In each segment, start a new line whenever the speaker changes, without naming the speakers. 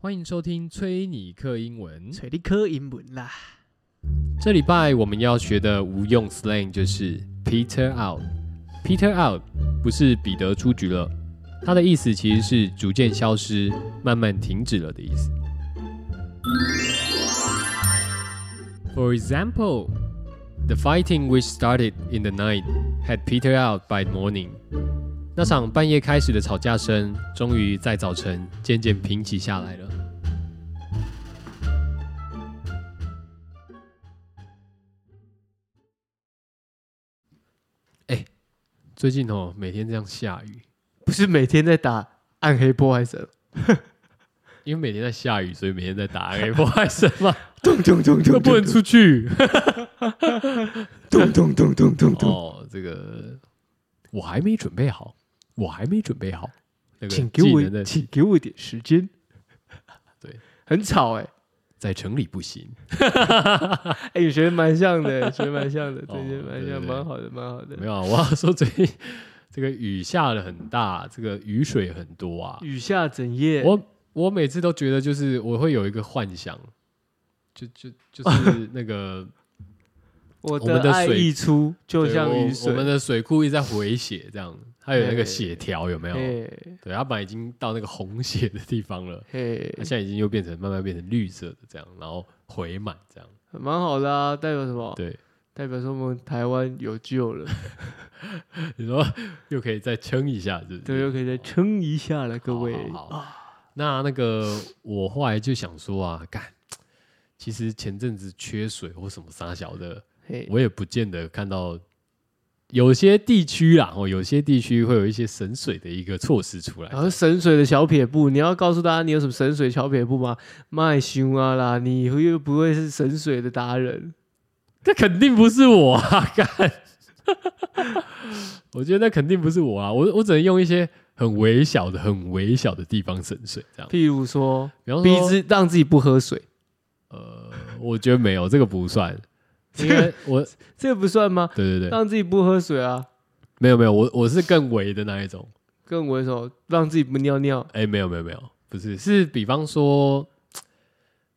欢迎收听崔尼克英文。
找你考英文啦。
这礼拜我们要学的无用 slang 就是 Peter out。Peter out 不是彼得出局了，它的意思其实是逐渐消失、慢慢停止了的意思。For example, the fighting which started in the night had petered out by morning. 那场半夜开始的吵架声，终于在早晨渐渐平息下来了。哎，最近哦，每天这样下雨，
不是每天在打暗黑破坏神，
因为每天在下雨，所以每天在打 A 破坏神 嘛，
咚咚咚
又
咚
不能出去。
咚咚咚咚咚咚，
哦，这个我还没准备好，我还没准备好。那个
请给
技能
我，
在
请给我一点时间。
对，
很吵哎，
在城里不行。
哎，你学得蛮像 的，学得蛮像的，对，
哦
学得蛮
对对
像，
对
蛮好的，蛮好的
没。有啊，我 要说最近这个雨下的很大，这个雨水很多啊。
雨下整夜，
我我每次都觉得就是我会有一个幻想，就就就是那个
我
我们的
的爱
水
溢出， 就
对
像
我
雨
我们
水。
的水库一直在回血，这样它有那个
嘿
血条有没有？
嘿，
对，它本来已经到那个红血的地方了，
嘿
它，现在已经又变成慢慢变成绿色的这样，然后回满这样。
蛮好的啊，代表什么？
对，
代表说我们台湾有救了，
你说又可以再撑一下，是不
对，
是？
又可以再撑一下了，各位。
哦好好好
啊
那那个我后来就想说啊，干，其实前阵子缺水或什么啥小的，
嘿，
我也不见得看到有些地区啦，哦，有些地区会有一些省水的一个措施出来
然。后神水的小撇步，你要告诉大家你有什么神水小撇步吗？卖凶啊啦，你又不会是神水的达人，
那肯定不是我啊， 干！我觉得那肯定不是我啊，我我只能用一些很微小的、很微小的地方省水，这样。
譬如说，
比方说，
逼自让自己不喝水，
我觉得没有这个不算， 因为我
这不算吗？
对对对，
让自己不喝水啊，
没有没有，我我是更微的那一种。
更为什么让自己不尿尿？
哎、没有没有没有，不是，是比方说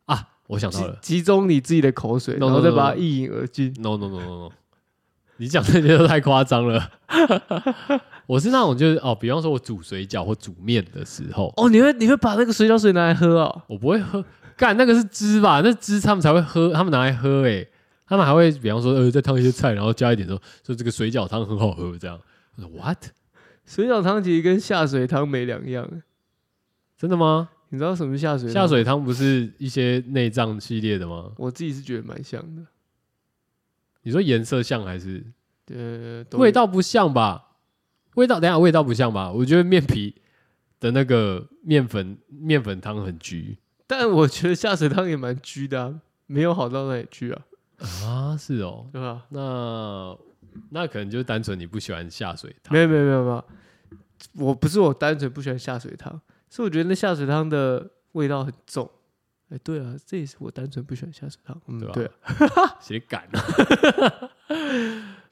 啊，我想到
集
了
集中你自己的口水，
No,
然后再
no, no,
把它
no.
一饮而尽。
，no no no no no，你讲这些都太夸张了。 我是那种就是哦，比方说我煮水饺或煮面的时候，
哦，你会你会把那个水饺水拿来喝哦？
我不会喝， 干那个是汁吧？那汁他们才会喝，他们拿来喝哎、他们还会比方说呃再烫一些菜，然后加一点说说这个水饺汤很好喝这样。我说 What？
水饺汤其实跟下水汤没两样，
真的吗？
你知道什么是下水？
下，水汤不是一些内脏系列的吗？
我自己是觉得蛮像的，
你说颜色像还是？
呃，都有
味道不像吧？味道等一下味道不像吧？我觉得面皮的那个面粉面粉汤很焗
但我觉得下水汤也蛮居的、啊，没有好到哪里去啊，
啊，是哦，
对吧？
那那可能就是单纯你不喜欢下水汤
没有没有没有没有，我不是我单纯不喜欢下水汤，是我觉得那下水汤的味道很重。哎，对啊，这也是我单纯不喜欢下水汤，嗯，
对吧
对啊，
谁敢啊？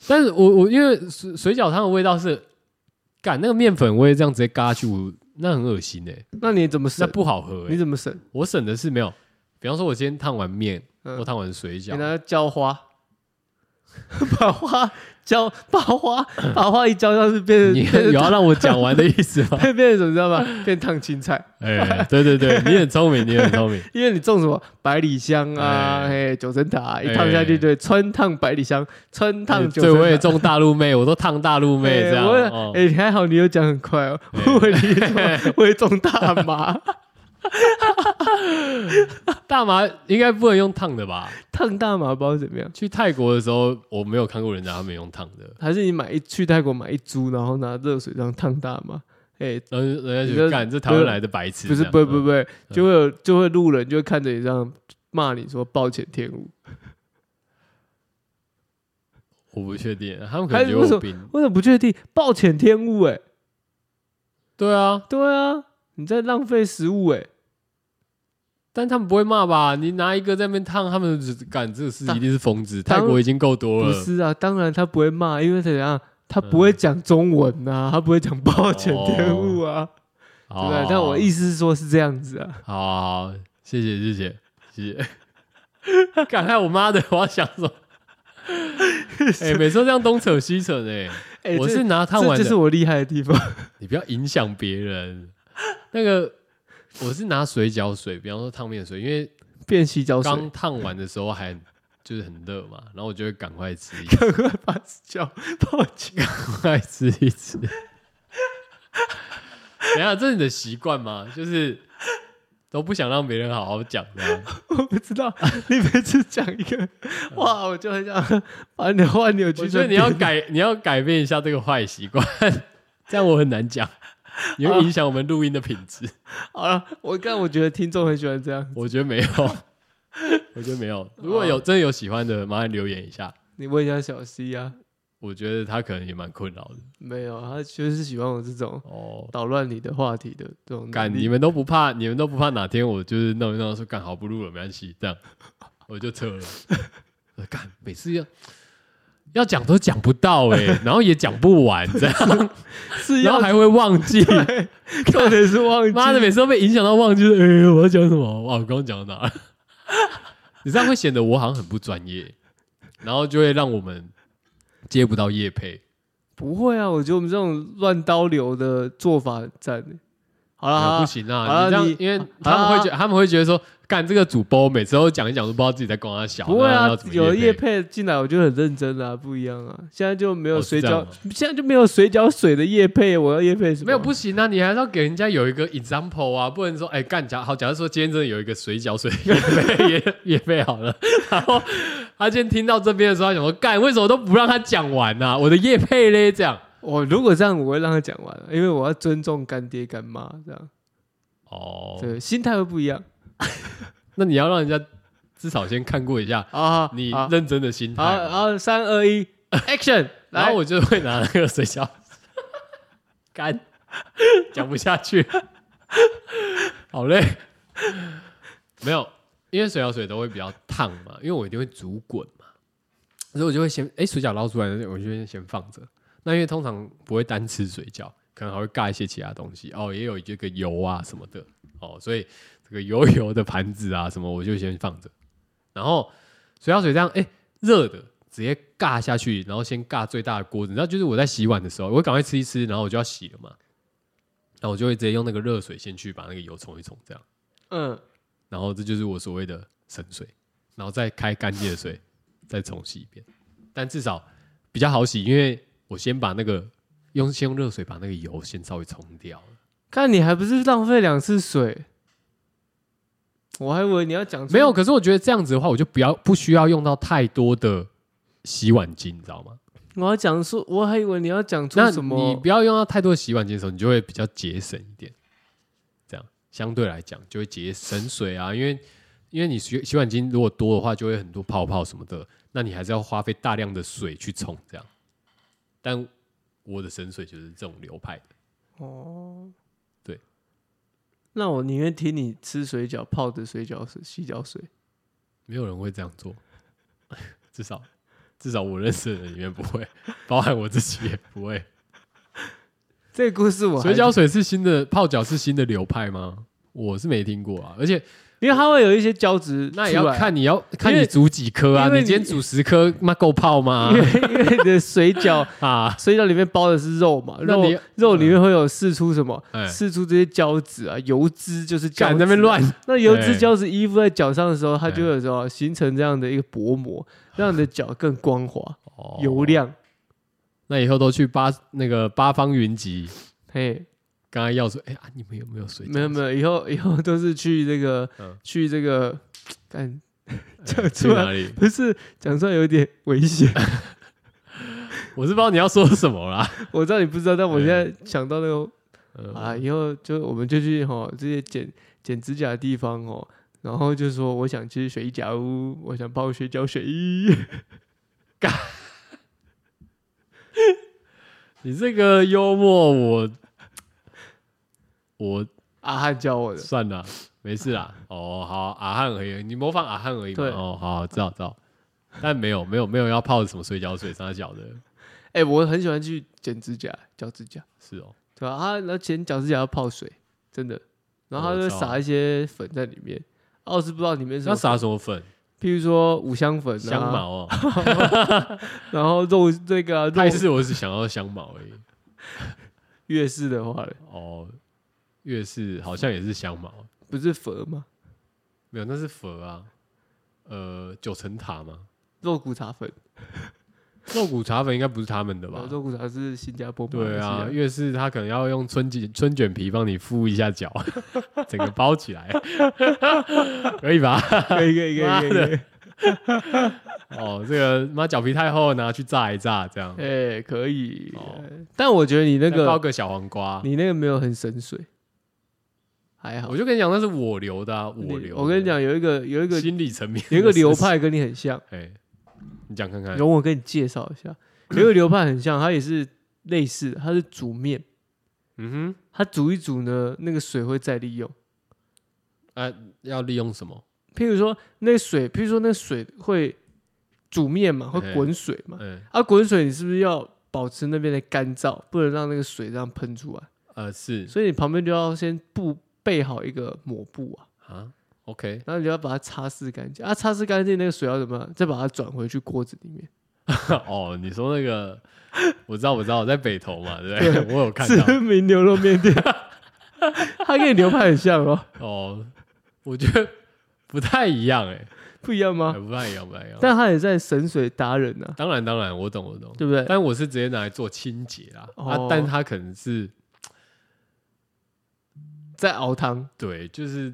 但是我我因为水水饺汤的味道是干那个面粉，我也这样直接嘎去，我那很恶心哎、
那你怎么
那
省？
不好喝哎、
你怎么省？
我省的是没有，比方说我今天烫完面
嗯
或烫完水
你
饺，
拿浇花， 把花浇，把花把花一浇上去变
你
成变
有
成
要让我讲完的意思 吗？
变变成什么，你知道吗？变烫青菜。
哎，对对对，你很聪明，你很聪明。
因为你种什么百里香啊，
哎
嘿，九层塔啊、一烫下去，对，川烫百里香，川 烫九
对，我也
层塔。
中大陆妹，我都烫大陆妹这样。
哎
哦
我哎，你还好，你有讲很快哦，
哎
我以为你 说我也种大麻，
大麻应该不能用烫的吧？
烫大麻不知道怎么样，
去泰国的时候，我没有看过人家他们用烫的，
还是你买一去泰国买一株，然后拿热水这样烫大麻，哎，
然后人家
你
就
这
干这台湾来的白痴
不
这
是，
样。嗯
不不不，就会有就会路人就会看着你这样骂你说暴殄天物，
我不确定，他们可能觉得
还是
我
为
病。
我怎么不确定暴殄天物？哎，
对啊，
对啊，你在浪费食物，哎，
但他们不会骂吧？你拿一个在那边烫，他们只干这个事
当
一定是疯子。
当
泰国已经够多
不
了，
是啊，当然他不会
嗯
骂，因为怎样，他不会讲中文呐、啊，他不会讲抱歉天物啊，对
哦
不对？但我意思是说，是这样子啊。
好好好，谢谢谢谢谢谢。 感慨我妈的，我要想 什么？哎、每次都这样东扯西扯的、欸，
哎
我是
这
拿他
这
玩
这
的
是，我厉害的地方。
你不要影响别人。那个我是拿水饺水，比方说烫面水，因为
变洗脚水，
刚烫完的时候 还就是很热嘛，然后我就会赶快 吃一吃，
赶快把脚泡起来。
赶快吃一吃。等一下，这是你的习惯吗？就是都不想让别人好好讲的啊、
我不知道，你每次讲一个，哇，我就很想把你的话扭 曲
我觉得
成别的。
你要改，你要改变一下这个坏习惯， 这样我很难讲，你会影响我们录音的品质。
好了，我但我觉得听众很喜欢这样。
我觉得没有，我觉得没有。如果有真的有喜欢的，麻烦留言一下。
你问一下小 C 啊，
我觉得他可能也蛮困扰的
没有，他就是喜欢我这种
哦。
捣乱你的话题的这种能力。
干，你们都不怕，你们都不怕哪天我就是弄一弄说干好不录了，没关系，这样 我就撤了。呃干，每次要要讲都讲不到哎、然后也讲不完，这样，
是
然后
要
还会忘记。
重点是忘记，
妈的，每次都被影响到忘记了，哎、我要讲什么？ 哇，我刚刚讲到哪了？你这样会显得我好像很不专业，然后就会让我们接不到业配。
不会啊！我觉得我们这种乱刀流的做法很赞欸。好了，好
啊、
啦
不行
好
啊！
啦
你这样
你，
因为他们会觉得，他们会觉得说，干这个主播每次都讲一讲，都不知道自己在光他小。
不会
那
啊
要怎，么
有
业
叶
配
配进来我就很认真啦、不一样啊。现在就没有
哦是
水
这
饺，
样吗
现在就没有水饺水的叶配，我要叶配什么？
没有不行啊！你还是要给人家有一个 example 啊，不能说哎干假好，假如说今天真的有一个水饺水也被也也被好了， 然后他今天听到这边的时候，他想说干为什么都不让他讲完呢、啊？我的叶配嘞这样。
我哦如果这样，我会让他讲完，因为我要尊重干爹干妈，这样
哦，
对心态会不一样
那你要让人家至少先看过一下
啊。好
你
好，
认真的心态
好，
嘛。
然后三二一，action！
然
来
后，我就会拿那个水饺干，讲不下去，好嘞。没有，因为水饺水都会比较烫嘛，因为我一定会煮滚嘛，所以我就会先哎、水饺捞出来，我就会先放着。那因为通常不会单吃水饺，可能还会尬一些其他东西哦，也有这个油啊什么的哦，所以这个油油的盘子啊什么，我就先放着。然后水饺水这样，哎、热的直接尬下去，然后先尬最大的锅子。你知道，就是我在洗碗的时候，我会赶快吃一吃，然后我就要洗了嘛，然后我就会直接用那个热水先去把那个油冲一冲，这样，
嗯，
然后这就是我所谓的省水，然后再开干净的水再重洗一遍，但至少比较好洗，因为我先把那个用先用热水把那个油先稍微冲掉了。
看你还不是浪费两次水，我还以为你要讲出
没有，可是我觉得这样子的话，我就不要不需要用到太多的洗碗巾，你知道吗？
我要讲说，我还以为你要讲出
那
什
你
么
不要用到太多的洗碗巾的时候，你就会比较节省一点，这样相对来讲就会节省水啊，因为因为你洗洗碗巾如果多的话，就会很多泡泡什么的，那你还是要花费大量的水去冲这样。但我的省水就是这种流派的，
哦。
对，
那我宁愿听你吃水饺泡的水饺水、洗脚水。
没有人会这样做， 至少至少我认识的人里面不会，包含我自己也不会。
这个故事我还
水饺，水是新的，泡脚是新的流派吗？我是没听过啊，而且
因为它会有一些胶质，
那也要。看你要看
因
你
为
煮几颗啊？
因
你
为
今天
你
煮十颗，妈够泡吗
因？为 因为你的水饺，
啊，
水饺里面包的是肉嘛，
那
肉
你嗯
肉里面会有释出什么？
哎，
释出这些胶质啊，油脂就是胶质。
敢在那边乱，
那油
对
脂胶质依附在脚上的时候，它
哎
就会有时候形成这样的一个薄膜，让你的脚更光滑、
哦
油。亮。
那以后都去八那个八方云集，
嘿，
刚才要说，哎啊，你们有没有水饺？
没有没有，以后以后都是去这个、
嗯
去这个，干
哎，
讲
去
出来
哪里？
不是讲出来有点危险。
我是不知道你要说什么啦。
我知道你不知道，但我现
哎
在想到那个
嗯
啊，以后就我们就去哈这些剪剪指甲的地方哦，然后就说我想吃水饺，我想泡水饺水。
你这个幽默，我我
阿汉教我的，
算了，没事啦。哦，好，阿汉而已，你模仿阿汉而已嘛。
对
哦，好，知道知道。但没有没有没有要泡什么水饺水，三小的，
哎、我很喜欢去剪指甲、脚指甲，
是哦。
对吧、啊？然后剪脚指甲要泡水，真的。然后
哦我
他就
知道
撒一些粉在里面，啊我是不知道里面是什
要
么
撒什么粉？
粉，譬如说五香粉、啊、
香，茅 哦，
然后肉这个、啊、肉
泰式我只想要香茅而已。
粤式的话嘞，
哦，粤式好像也是香茅，
不是粉吗？
没有，那是佛啊。呃，九层塔吗？
肉骨茶粉，
肉骨茶粉应该不是他们的吧
然后？肉骨茶是新加坡吗
对啊，
新加
越是他可能要用春卷春卷皮帮你敷一下脚， 整个包起来， 可以吧？
可以可以可以可 以
妈的
可以，
哦，这个妈脚皮太厚，拿去炸一炸，这样
哎、可以、
哦
但我觉得你那
再包
个
个小黄瓜。
你那个没有很深邃，还好
我。就跟你讲，那是我留的、啊，我
你
留。
我跟你，讲，有一个有一个
心理层面
有一个
的事
流
情，
派跟你很像，
哎，你讲看看。
容我跟你介绍 一下，有一个流派很像，它也是类似，它是煮面，
嗯
它煮一煮呢，那个水会再利用。
哼，要利用什么？
譬如说那个水，譬如说那个水会煮面嘛，会
嘿
滚水嘛，
嗯，
啊，滚水你是不是要保持那边的干燥，不能让那个水这样喷出来？
呃，是
所以你旁边就要先布备好一个抹布啊，
啊，OK，
然后你就要把它擦拭干净啊，擦拭干净那个水要怎么样？再把它转回去锅子里面，
哦，你说那个，我知道，我知道，在北投嘛，对不对？我有看到，
知名牛肉面店，它跟你流派很像哦，
哦，我觉得不太一样哎、
不一样
哎
吗？
不太一样，不太一样。
但它也在神水达人呐、
当然，当然，我懂，我懂。
对不对？
但我是直接拿来做清洁啦，
哦
啊，但它可能是
在熬汤，
对，就是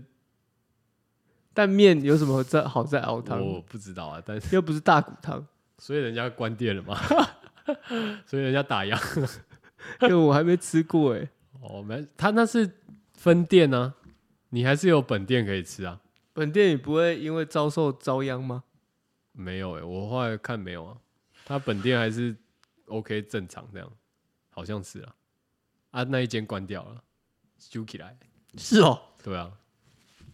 但面有什么在好在熬汤？
我不知道啊，但是
又不是大骨汤，
所以人家关店了嘛， 所以人家打烊。
因为我还没吃过哎、
哦，没，他那是分店啊，你还是有本店可以吃啊。
本店也不会因为遭受遭殃吗？
没有哎、我后来看没有啊，他本店还是 OK 正常这样，好像是啊，啊那一间关掉了，修起来，
是哦，
对啊，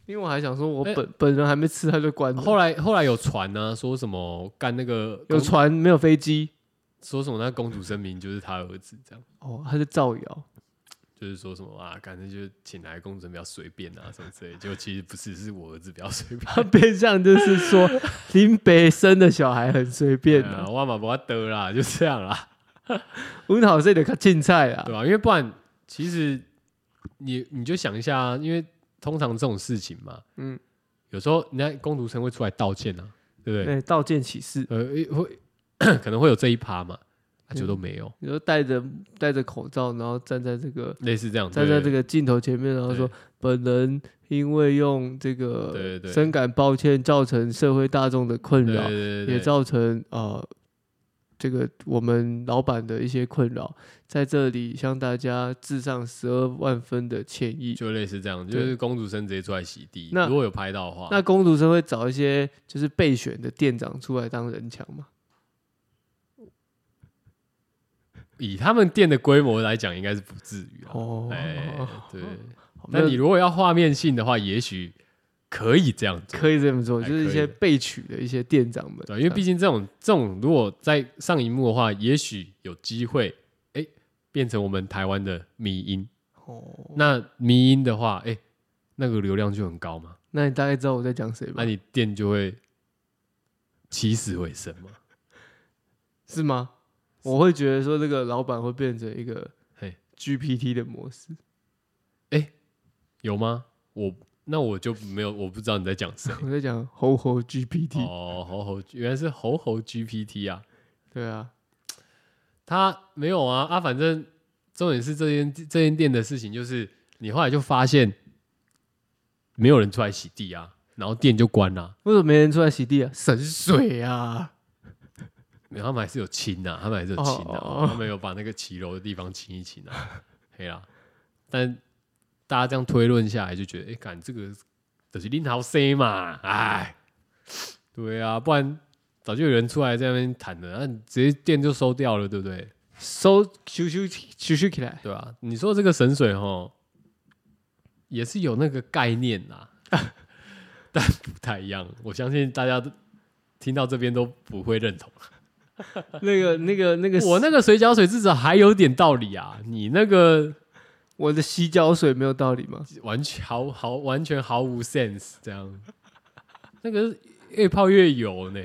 因为我还想说，我
哎
本、本人还没吃，他就关了。
后来后来有传呢、说什么干那个
嗯有
公
船没有飞机，
说什么那公主声明就是他儿子这样，
哦，他是造谣，
就是说什么啊，干正就请来公主比较随便啊什么之类的，结果其实不是，是我儿子比较随便。
他变相就是说林北生的小孩很随便
啊，
的，
我嘛不要得啦，就这样啦，
我们好这里看竞赛啊
对，吧、因为不然其实你你就想一下、啊，因为通常这种事情嘛，
嗯
嗯，有时候人家公主生会出来道歉啊，对不对？
对，道歉启事，
呃，会 可能会有这一趴嘛，啊，
嗯
就都没有，
你说戴着戴着口罩，然后站在这个
类似这样，
站在这
个，
个镜头前面，然后
对
说本人因为用这个
对对
深感抱歉，造成社会大众的困
对
扰
对，对对对
也造成呃这个我们老板的一些困扰，在这里向大家致上十二万分的歉意。
就类似这样，就
对
是公主生直接出来洗地。
那
如果有拍到的话，
那工读生会找一些就是备选的店长出来当人墙嘛？
以他们店的规模来讲，应该是不至于啊。
哦，
哎， 对。
没
但
有
你如果要画面性的话，也许可以这样做，
可以这么说，
还
就是一
可以
些
的
备取的一些店长们，
对，因为毕竟这种这种如果在上荧幕的话，也许有机会，哎，变成我们台湾的迷音。
哦，
那迷音的话，哎，那个流量就很高嘛，
那你大概知道我在讲谁吧
那？你店就会起死回生嘛。
是吗？我会觉得说这个老板会变成一个
嘿，
GPT 的模式，
有吗？我那我就没有，我不知道你在讲谁。
我在讲吼吼 GPT，
哦，猴猴原来是猴猴 GPT 啊，
对啊，
他没有啊啊，反正重点是这间这间店的事情，就是你后来就发现没有人出来洗地啊，然后店就关啊了、
为什么没人出来洗地啊？神水啊！
没有，他们还是有清啊，他们还是有清啊，
哦哦哦
他们有把那个骑楼的地方清一清啊，黑啦。但大家这样推论下来，就觉得，哎、干这个就是林豪 C 嘛，哎，对啊，不然早就有人出来在那边谈了，那你直接店就收掉了，对不对？
收咻咻咻咻起来，
对啊，你说这个神水哈，也是有那个概念啦， 但不太一样。我相信大家都听到这边都不会认同。
那个那个那个，
我那个水饺水至少还有点道理啊，你那个
我的洗脚水没有道理吗？
完全毫毫完全毫无 sense 这样。那个是越泡越油呢，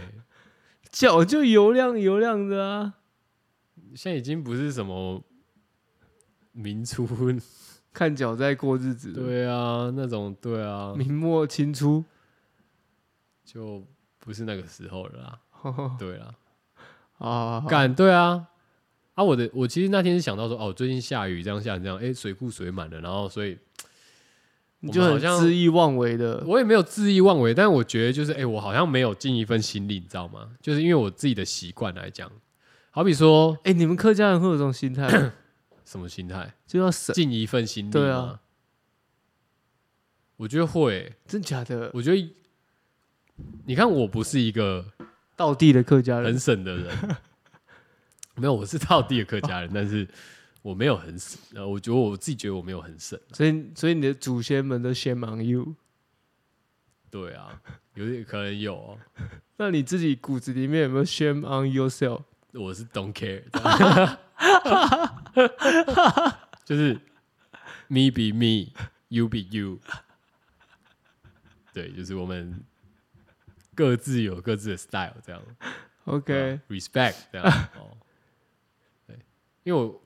脚就油亮油亮的啊，
现在已经不是什么明初，
看脚在过日子。，
对啊，那种对啊，
明末清初，
就不是那个时候了啦。
啊
对啦，，
好好
干对啊。啊，我的我其实那天是想到说，哦，最近下雨，这样下成这样，哎、水库水满了，然后所以
你就很
我们好像
恣意妄为的，
我也没有恣意妄为，但我觉得就是，哎、我好像没有尽一份心力，你知道吗？就是因为我自己的习惯来讲，好比说
哎、你们客家人会有这种心态 吗，
什么心态，
就要省，
尽一份心力，
对啊，
我觉得会，
真假的？
我觉得你看，我不是一个
道地的客家
很
人，
省的人， 没有，我是道地的客家人，但是我没有很省，呃，我觉得我自己觉得我没有很省，
所以所以你的祖先们都先忙 you，
对啊，有点可能有、哦，
那你自己骨子里面有没有 shame on yourself？
我是 don't care，的 就是 me be me，you be you，对，就是我们各自有各自的 style 这样。啊
OK，、
respect 这样哦。对，因为我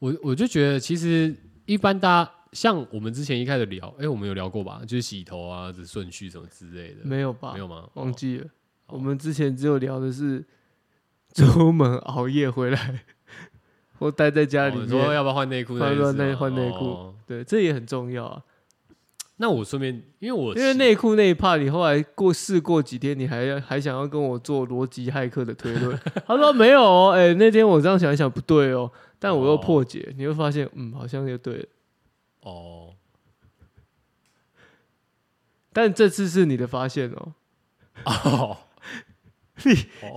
我我就觉得，其实一般大家像我们之前一开始聊，哎、我们有聊过吧？就是洗头啊的顺序什么之类的，
没有吧？
没有吗？
忘记了。
哦
我们之前只有聊的是出门熬夜回来，或待在
哦
家里
哦你说
面。
要不要换内裤那
换
件事吗？
内换内裤
哦
对，这也很重要啊，
那我顺便，因为我
因为
习
内裤那一趴，你后来过试过几天，你还要还想要跟我做逻辑骇客的推 论。他说没有哦，哎、那天我这样想一想不对哦，但我又
哦
破解，你会发现，嗯，好像就对了。
哦，
但这次是你的发现哦，
哦，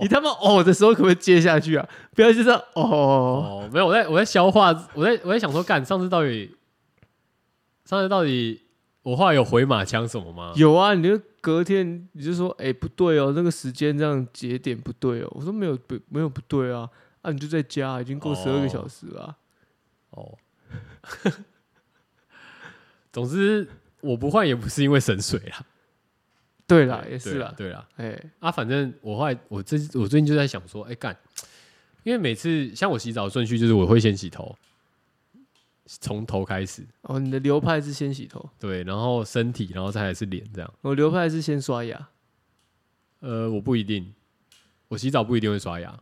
你他妈哦的时候可不可以接下去啊？不要就这样哦，
哦，没有，我在我在消化，我在我在想说，干上次到底，哦上次到底我话有回马枪什么吗？
有啊，你就隔天你就说，哎、不对哦，那个时间这样节点不对哦。我说没有不没有不对啊，啊你就在家，已经过
哦
十二个小时了啊、
哦， 总之我不换也不是因为省水啦，
对啦，也是
对
啦，
对啦。
哎、
啊，反正我后来我最我最近就在想说，哎、干，因为每次像我洗澡的顺序就是我会先洗头，从头开始，
哦，你的流派是先洗头，
对，然后身体，然后再来是脸这样。
我流派是先刷牙，
呃，我不一定，我洗澡不一定会刷牙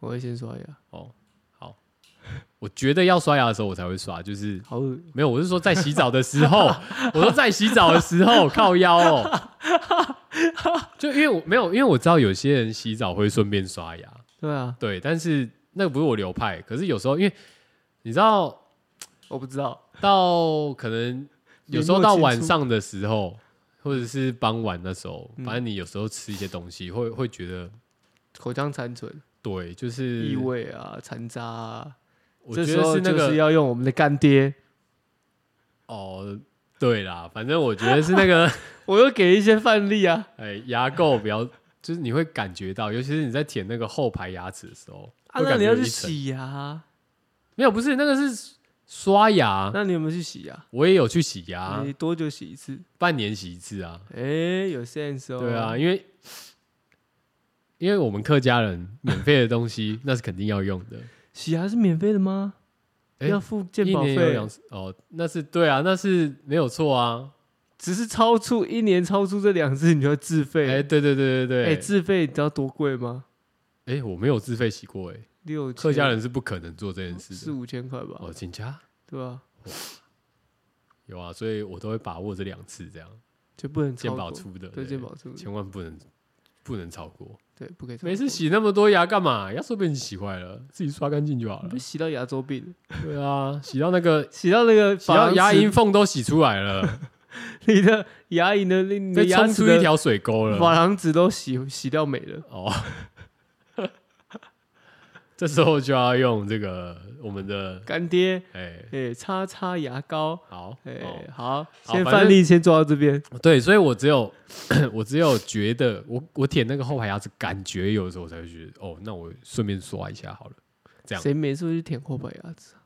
我会先刷牙，
哦。好， 我觉得要刷牙的时候我才会刷，就是
好恶，
没有，我是说在洗澡的时候，我说在洗澡的时候靠腰哦，就因为我没有，因为我知道有些人洗澡会顺便刷牙，
对啊，
对，但是那个不是我流派，可是有时候因为你知道
我不知道，
到可能有时候到晚上的时候，或者是傍晚那时候，
嗯
反正你有时候吃一些东西会会觉得
口腔残存、
对，就是
异，味啊、残渣啊，
我
这
觉
时
得
候
是那
就
个
是要用我们的干爹，
哦，对啦，反正我觉得是那个。
我又给一些范例啊，
哎，牙垢比较，就是你会感觉到，尤其是你在舔那个后排牙齿的时候，
啊，
会
那
感
你
觉
要
有
去
一层。
洗牙啊，
没有，不是那个是刷牙，
那你有没有去洗牙？
我也有去洗牙，
你多久洗一次？
半年洗一次啊。
哎、有 sense 哦。
对啊，，因为因为我们客家人免费的东西那是肯定要用 的，
洗牙是免费的吗？
哎
要付健
一
保
年有两
费，
次哦，那是对啊，那是没有错啊。
只是超出一年超出这两次，你就要自费。
哎，对对对对
哎、
对，哎、
自费你知道多贵吗？
我没有自费洗过哎、
六千
客家人是不可能做这件事
四
的。
五千块吧，
哦，请假
对吧、
有啊，所以我都会把握这两次这样。
就不能超
健
过
保，出的，
对健保出，
千万不能不能超过。
对不可以超过。
每次洗那么多牙干嘛？牙说被你洗坏了，自己刷干净就好
你
了
被。洗到牙周病，
对啊，洗到那 个
洗到那个
洗到
珐琅
牙
质
龈，缝都洗出来了，
你的牙龈的那你的
被
牙
冲
齿
出一
的
条水沟
珐
了。
琅质都洗洗掉没了。
哦， 这时候就要用这个我们的
干爹，
哎，
哎、擦擦牙膏，
好
哎、
哦，
好，
好
先
反
范
正
例先做到这边。
对，所以我只有 我只有觉得我我舔那个后排牙齿，感觉有的时候我才会觉得哦，那我顺便刷一下好了。这样
谁没事会去舔后排牙齿啊？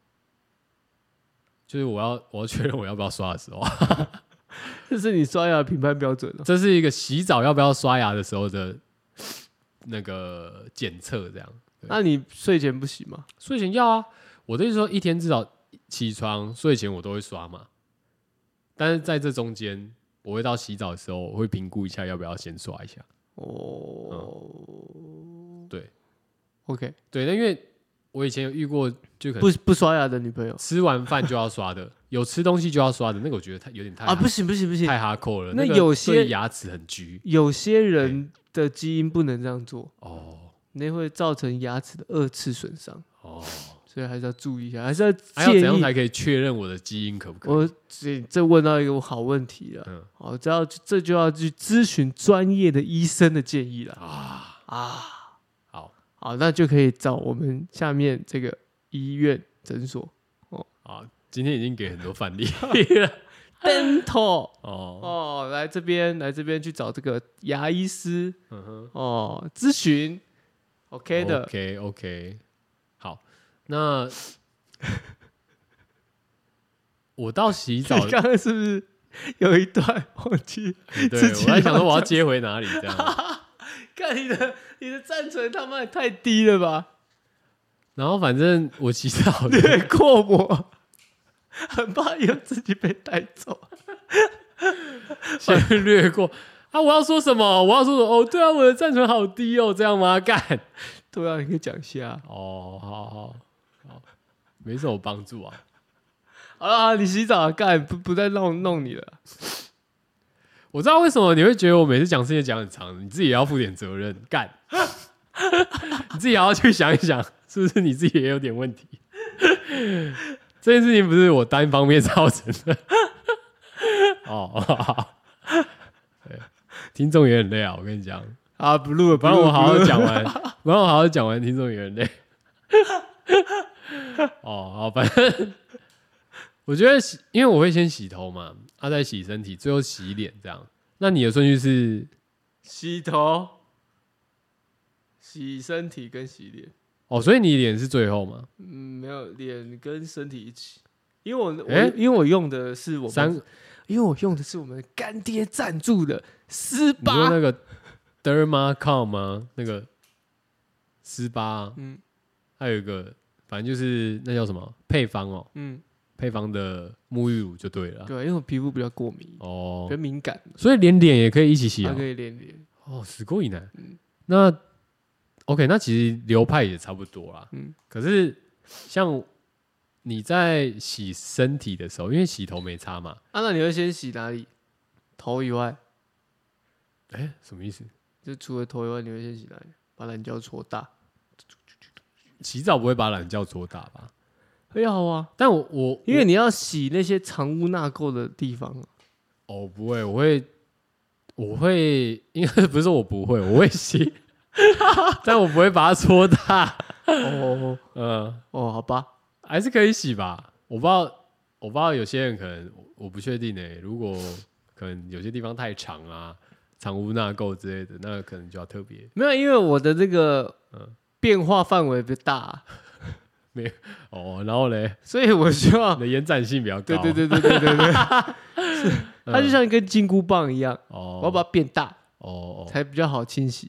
就是我要我要确认我要不要刷的时候，
这是你刷牙的评判标准哦。
这是一个洗澡要不要刷牙的时候的那个检测，这样
那你睡前不洗吗？
睡前要啊。我的意思说，一天至少起床睡前我都会刷嘛，但是在这中间，我会到洗澡的时候，我会评估一下要不要先刷一下。
哦，
对
OK，
对，那因为我以前有遇过，就可能
不不刷牙的女朋友
吃完饭就要刷的，有吃东西就要刷的，那个我觉得太有点太
啊，
哈
不行不行不行，
太哈扣了。
那
个
有些
对牙齿很焗
有些人的基因不能这样做，
哦
那会造成牙齿的二次损伤，
哦，
所以还是要注意一下，还是要
还要怎
建
样
议。
才可以确认我的基因可不可以？
我这这问到一个好问题了，
嗯
哦，这要这就要去咨询专业的医生的建议了
啊，
啊。
好
好，那就可以找我们下面这个医院诊所
啊，今天已经给很多范例
dental
哦，
哦，来这边来这边去找这个牙医师
嗯哼
哦咨询，OK 的。
，OK OK，好，那我到洗澡，
刚刚是不是有一段忘记？
对
自己
我在想
要
说我要接回哪里这样。
看你的你的赞成他妈也太低了吧，
然后反正我洗澡的，
略过我，很怕又自己被带走。
先略过啊！我要说什么？我要说什么？哦，对啊，我的赞成好低哦，这样吗？干
对啊，你可以讲一下。
哦，好好好，没什么帮助啊。
好了，好啦你洗澡干不不再弄弄你了。
我知道为什么你会觉得我每次讲事情讲很长，你自己也要负点责任， 干，你自己也要去想一想， 是不是你自己也有点问题？ 这件事情不是我单方面造成的。 哦， 好好对，听众也很累啊，我跟你讲。
啊，不录了，不
不然
录了，
我好
不
好
录了
讲 完，不然我好好讲完，听众也很累。 哦，好，反正我觉得洗，因为我会先洗头嘛，啊，再洗身体，最后洗脸这样。那你的顺序是
洗头、洗身体跟洗脸。
哦，所以你脸是最后嘛？
嗯，没有脸跟身体一起，因为我我、
诶
因为我用的是我们
三，你
因为我用的是我们干爹赞助的斯
说
巴
那个 Dermacom 吗？那个斯巴，嗯
嗯，
还有一个，反正就是那叫什么配方哦，
嗯，
配方的沐浴乳就对了啊。
对，因为我皮肤比较过敏，比
哦
较，敏感，
所以连脸也可以一起洗
它
啊、
可以连连。
哦，すごいね。
嗯
那 OK，那其实流派也差不多啦。
嗯
可是像你在洗身体的时候，因为洗头没擦嘛，
啊，那你会先洗哪里？头以外，
哎、什么意思？
就除了头以外，你会先洗哪里？把懒觉搓大，
洗澡不会把懒觉搓大吧？
会好啊，
但我我
因为你要洗那些藏污纳垢的地方啊。
我哦不会，我会我会，应该不是说我不会，我会洗， 但我不会把它搓大。
哦
嗯，
哦，好吧，
还是可以洗吧。我不知道，我不知道有些人可能我我不确定诶、如果可能有些地方太长啊，藏污纳垢之类的，那可能就要特别
没有，因为我的这个
嗯
变化范围比较大啊，
哦。然后嘞，
所以我需要
你的延展性比较高，
对对对对对对对，
嗯，
它就像一根金箍棒一样，
哦，
我要把它变大
哦哦
才比较好清洗。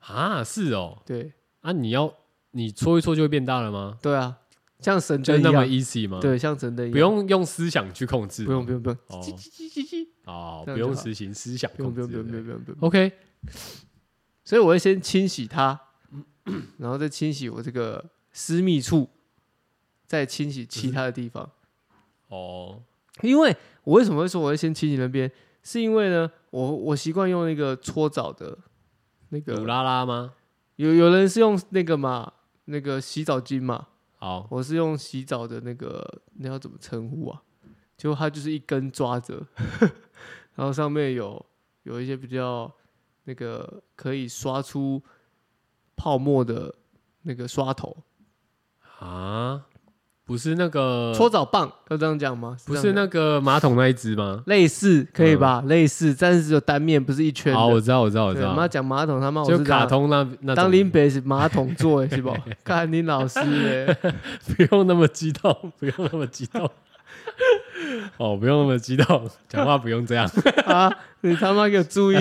啊是哦
对
啊，你要你搓一搓就会变大了吗？
对啊，像神
就是
灯一
那么
样，
easy 吗？，
对，像神灯一样，
不用用思想去控制，
不用不用不用，
哦
叽叽叽叽叽，
哦，
这样就好
不用实行思想
不用
控
不
制
用不用不
对
用
不对
不用不用。
，OK，
所以我会先清洗它， 然后再清洗我这个私密处，再清洗其他的地方。
哦
因为我为什么会说我会先清洗那边，是因为呢，我我习惯用那个搓澡的那
鲁
个，
拉拉吗？
有有人是用那个嘛，那个洗澡巾嘛，
好，
我是用洗澡的那个，那要怎么称呼啊？就它就是一根抓着， 然后上面有有一些比较那个可以刷出泡沫的那个刷头，
啊，不是那个，
搓澡棒要这样讲吗？
不
这样
是
讲
那个马桶那一只吗？
类似可以吧？类似，但是只有单面，不是一圈的。
好，啊我知道，我知道，我
对
知
妈
道，
讲马桶，他哦妈我
就是
这
卡
样
通那那
当
种，
林北是马桶座欸是不？看林老师欸
不用那么激动， 不用那么激动。哦，不用那么激动， 讲话不用这 样。
啊，你他妈给我注意！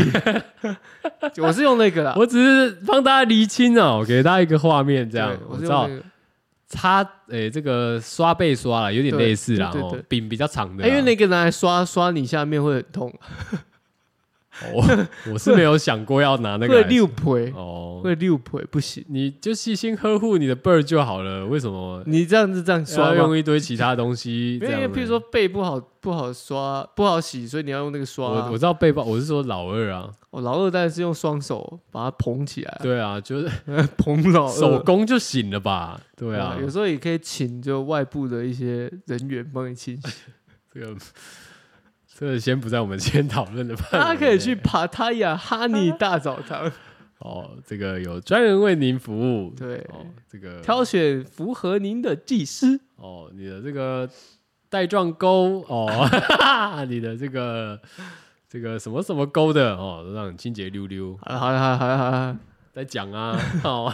我是用那个啦，
我只是帮大家厘清哦，给大家一个画面，这样
对
我
我
知
是
道
用那个
擦，诶，这个刷背刷啦，有点
对
类似啦，
对对
哦
对，
柄比较长的
哎，
啦。
因为那个拿来刷刷你下面会很痛，
哦，我 是没有想过要拿那个
会
来
六腿，
哦，
会六腿不行。
你就细心呵护你的 bird 就好了，为什么
你这样子这样
要
刷吗
用一堆其他东西？
没
这
有，
样
因为
呢，
譬如说背不好不好刷不好洗，所以你要用那个刷啊。
我我知道背包，我是说老二啊，
我老二当然是用双手把它捧起来 啊，
对啊，就是
捧老二
手工就行了吧？对啊，
有时候也可以请就外部的一些人员帮你 清洗，
这个这个先不在我们先讨论的范围内。
大家可以去帕塔亚哈尼 大澡堂，
哦，这个有专人为您服务。
对，
哦，这个
挑选符合您的技师。
哦，你的这个带状沟 哦， 你的这个这个什么什么沟的哦，都让你清洁溜溜。
好了好了好了好了好了，
再讲 啊，好，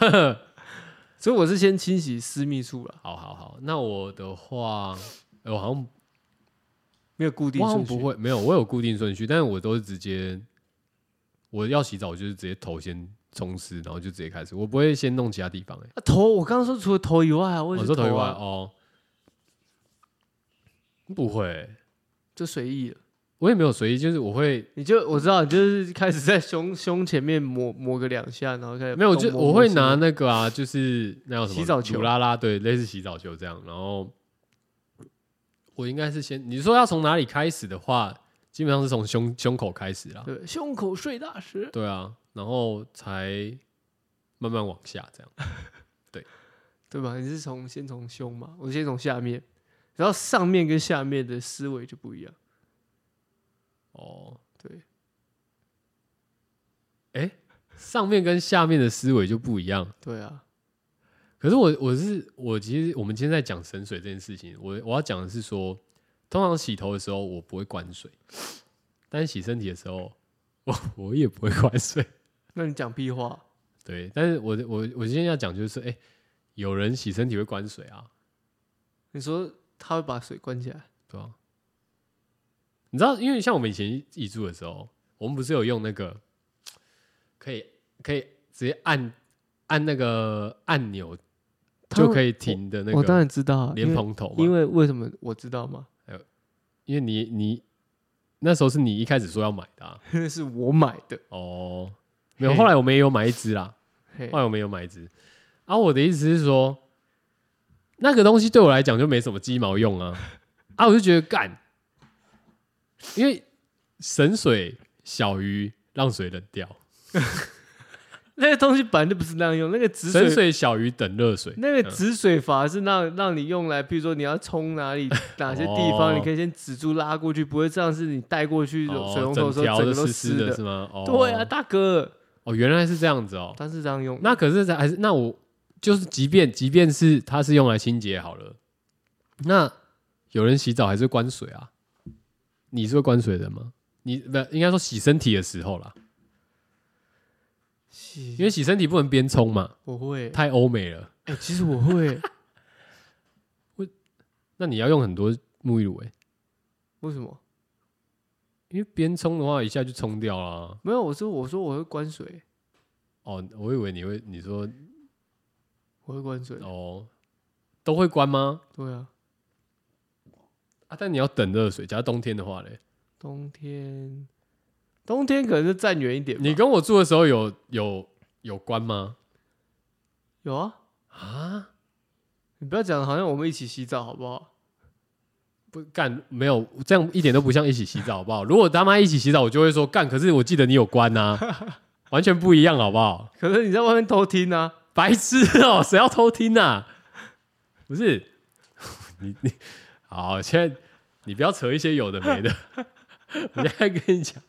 所以我是先清洗私密处了，
好好好。那我的话，呃我好像
没有固定
我好
顺
像
序。
不会，没有，我有固定顺序，但是我都是直接我要洗澡，我就是直接头先冲湿，然后就直接开始，我不会先弄其他地方、欸。
啊头，我刚刚说除了头以外啊，我也
我
是
说头以外
啊
哦，不会、
就随意了。
我也没有随意，就是我会
你就我知道，你就是开始在胸 胸前面抹抹个两下，然后开始
没有，就
动摸
我会
摸
拿那个啊，就是那叫什么
洗澡球
乳啦啦，对，类似洗澡球这样。然后我应该是先，你说要从哪里开始的话，基本上是从胸胸口开始啦，
对胸口碎大石，
对啊，然后才慢慢往下这样。
对吧？你是从先从胸嘛，我先从下面，然后上面跟下面的思维就不一样。
哦，
对，
哎，上面跟下面的思维就不一样。
对啊，
可是我我是我其实我们今天在讲省水这件事情，我我要讲的是说，通常洗头的时候我不会关水，但是洗身体的时候 我我也不会关水。
那你讲屁话，
对，但是我我我今天要讲就是，哎、有人洗身体会关水啊，
你说他会把水关起来，
对吧、你知道，因为像我们以前一住的时候，我们不是有用那个可以可以直接按按那个按钮就可
以、
以停的那
我当
个
然知道啊，
莲蓬头嘛，
因为，因为为什么我知道吗？
因为你你那时候是你一开始说要买的、啊、
因为是我买的，
哦，没有，
嘿
后来我们也有买一只啦，
嘿
后，来我们也有买一只。啊，我的意思是说，那个东西对我来讲就没什么鸡毛用啊，啊，我就觉得干，因为省水小于让水冷掉，
那个东西本来就不是那样用，那个止
省
水
水小于等热水，
那个止水阀是让让你用来，比如说你要冲 哪里哪些地
哦
方，你可以先止住拉过去，不会这样是你带过去
哦
水龙头的时
整条
候整
都
个都
湿湿
湿
的
的。
是吗？哦，
对啊，，大哥，
哦，原来是这样子哦。
但是这样用的，
那可是还是那我就是，即便即便是它是用来清洁好了，那有人洗澡还是会关水啊？你是会关水的吗？你不应该说洗身体的时候啦，
洗
因为洗身体不能边冲嘛，
我会，
太欧美了。
哎，其实我会，
那你要用很多沐浴露诶、
为什么？
因为边冲的话一下就冲掉啦。
没有，我说我说我会关水，
哦，我以为你会你说
我会关水，
哦，都会关吗？
对啊，
啊，但你要等热水，假如冬天的话嘞，
冬天，冬天可能就站远一点吧。
你跟我住的时候有有有关吗？
有啊？
啊？
你不要讲，好像我们一起洗澡好不好？
不干没有这样一点都不像一起洗澡，好不好？如果他妈一起洗澡，我就会说干，可是我记得你有关呐、完全不一样，好不好？
可能你在外面偷听啊，
白痴哦、谁要偷听呐、不是你你好，现在你不要扯一些有的没的。我现在跟你讲，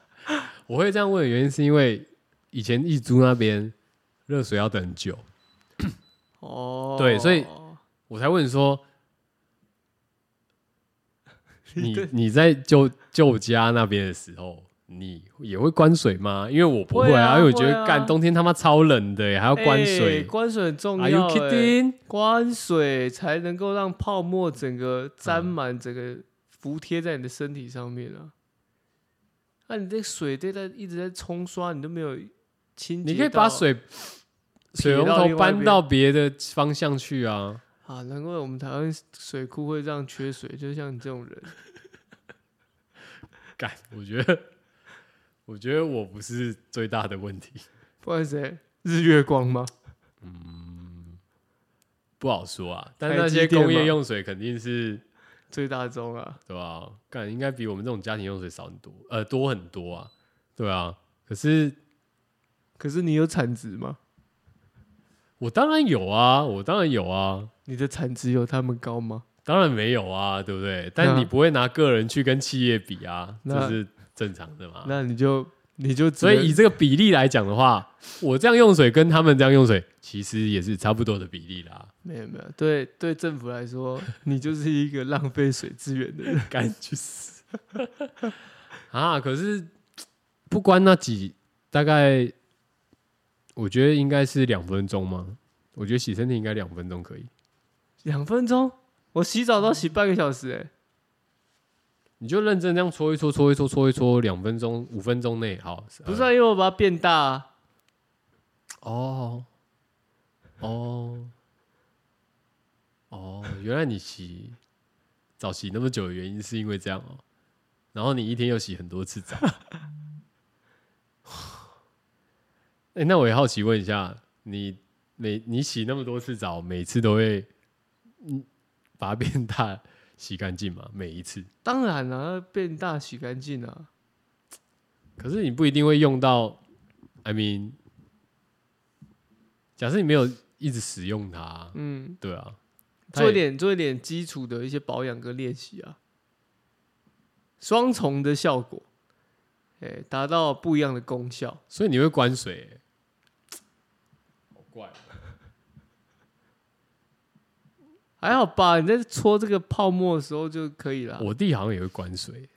我会这样问的原因是因为以前一租那边热水要等很久，
哦，
对所以我才问说你你在舅舅家那边的时候，你也会关水吗？因为我不会
会啊
因为我觉
会
得
啊
干冬天他妈超冷的耶，欸还要关
哎
水。
关水很重
Are you
要、欸。
kidding？
关水才能够让泡沫整个沾满，整个服贴在你的身体上面啊。那、你这水都在一直在冲刷，你都没有清洁。
你可以把。水水龙头搬到别的方向去啊。
啊，难怪我们台湾水库会这样缺水，就像你这 种人，
干，我觉得，我觉得我不是最大的问题，
不然谁？日月光吗？
不好说啊。但
台
那
积
些
电
工业
嘛
用水肯定是
最大宗啊，
对啊，干应该比我们这种家庭用水少很多，呃，多很多啊。对啊，可是
可是你有产值吗？
我当然有啊，我当然有啊，
你的产值有他们高吗？
当然没有啊，对不对？但你不会拿个人去跟企业比啊，
那
这是正常的嘛。
那你就你就只
啊所以
能
以这个比例来讲的话，我这样用水跟他们这样用水，其实也是差不多的比例啦。
没有没有，对对政府来说，你就是一个浪费水资源的人。
干去死啊！可是不关那几，大概我觉得应该是两分钟吗？我觉得洗身体应该两分钟可以。
两分钟，我洗澡都要洗半个小时哎、
你就认真这样搓一搓，搓一搓，搓一搓，两分钟、五分钟内好。
不是、啊、因为我把它变大、啊，
呃哦哦哦，原来你洗澡洗那么久的原因是因为这样哦。然后你一天又洗很多次澡。 哎、那我也好奇问一下，你每你洗那么多次澡，每次都会嗯把它变大洗干净吗？每一次？
当然了、啊，变大洗干净啊。
可是你不一定会用到，I mean，假设你没有一直使用它，
嗯，
对啊，它
做一
也
点做一点基础的一些保养跟练习啊，双重的效果，哎、达到不一样的功效。
所以你会关水欸、好怪哦、
还好吧，你在搓这个泡沫的时候就可以了。啊
我弟好像也会关水，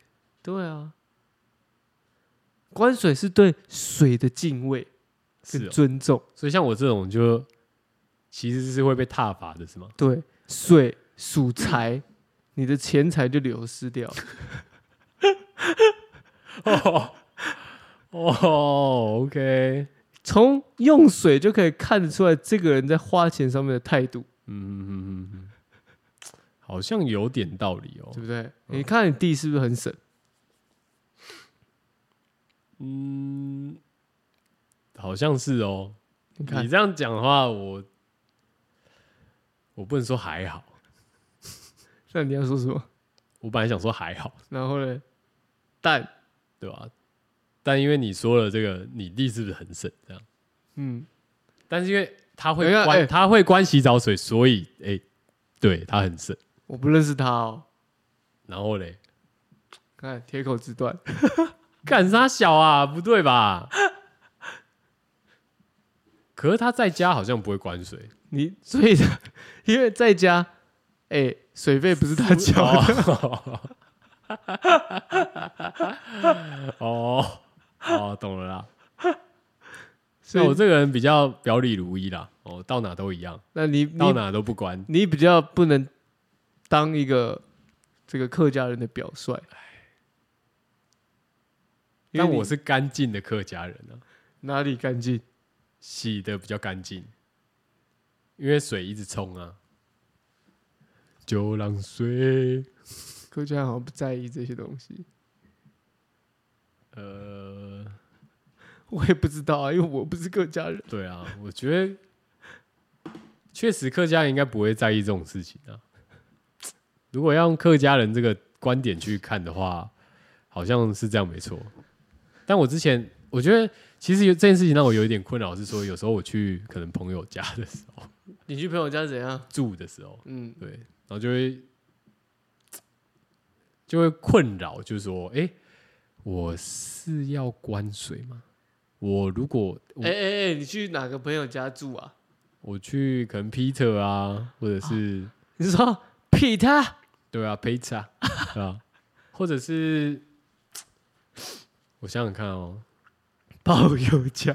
对啊，关水是对水的敬畏
是、
跟
哦，
尊重。
所以像我这种就其实是会被踏伐的，是吗？
对，水 属财，你的钱财就流失掉了。
哦 哦，OK，
从用水就可以看得出来，这个人在花钱上面的态度，
嗯嗯嗯嗯，好像有点道理哦、
对不对？你看你弟是不是很省？
嗯，好像是哦、你
你看，
这样讲的话，我我不能说还好，
那你要说什么？
我本来想说还好，
然后呢？蛋，
对吧？但因为你说了这个，你弟是不是很省这样？
嗯，
但是因为他会
等一下
关、
哎
他会关洗澡水，所以哎、对他很省。
我不认识他哦。
然后嘞，
看铁口直断，
干啥小啊？不对吧？ 可是他在家好像不会关 水，
你所以 因为在家，哎、水费不 是他交的，
哦哦 哦，懂了啦。
所
那
以
我这个人比较表里如一啦，哦，到哪都一样，
那你你
到哪都不关。
你比较不能当一个这个客家人的表率。因为
但
你
我是干净的客家人啊，
哪里干净？
洗的比较干净，因为水一直冲啊。就让水，
客家人好像不在意这些东西，
呃，
我也不知道啊，因为我不是客家人。
对啊，我觉得确实客家人应该不会在意这种事情啊。如果要用客家人这个观点去看的话，好像是这样没错。但我之前我觉得，其实有这件事情让我有一点困扰，是说有时候我去可能朋友家的时候
你去朋友家怎样？
住的时候，
嗯，
对，然后就会就会困扰，就是说，哎、我是要关水吗？我如果我
哎哎哎，你去哪个朋友家住啊？
我去可能 Peter 啊，或者是、
你说 Peter，
对啊 Peter 啊，或者是我想想看哦，
泡友家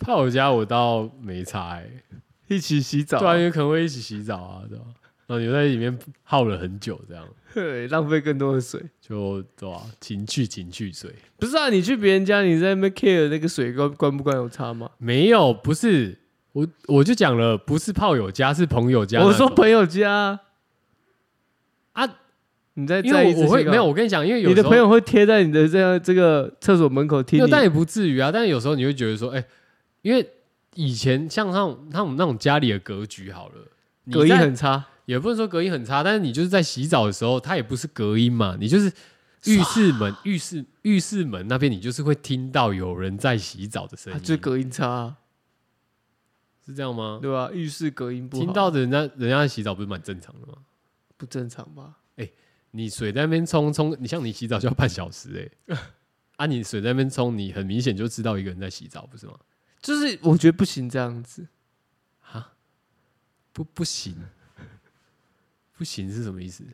泡友家我倒没差、欸，
一起洗澡，
对啊，因为可能会一起洗澡啊，对吧、然后你在里面耗了很久，这样
对，浪费更多的水。
就对吧、情趣情趣水
不是啊，你去别人家，你在那边 care 那个水关关不关有差吗？
没有，不是我我就讲了，不是泡友家，是朋友家那种。
我说朋友家啊，
啊
你在
因
在意
为
这
我我会
些干嘛
没有，我跟你讲，因为有
你
时
的
候
朋友会贴在你的这样这个厕所门口听
没有，
你，
但也不至于啊。但有时候你会觉得说，哎、因为以前像那种他们那种家里的格局好了，你
隔音
在
很差，
也不能说隔音很差，但是你就是在洗澡的时候，它也不是隔音嘛，你就是浴室门、浴室浴室门那边，你就是会听到有人在洗澡的声
啊
音，
就隔音差啊，
是这样吗？
对吧？浴室隔音不好，
听到的人家人家在洗澡不是蛮正常的吗？
不正常吧？
你水在那边冲冲，你像你洗澡就要半小时哎、 啊，你水在那边冲，你很明显就知道一个人在洗澡，不是吗？
就是我觉得不行这样子，
啊，不不行，不行是什么意思？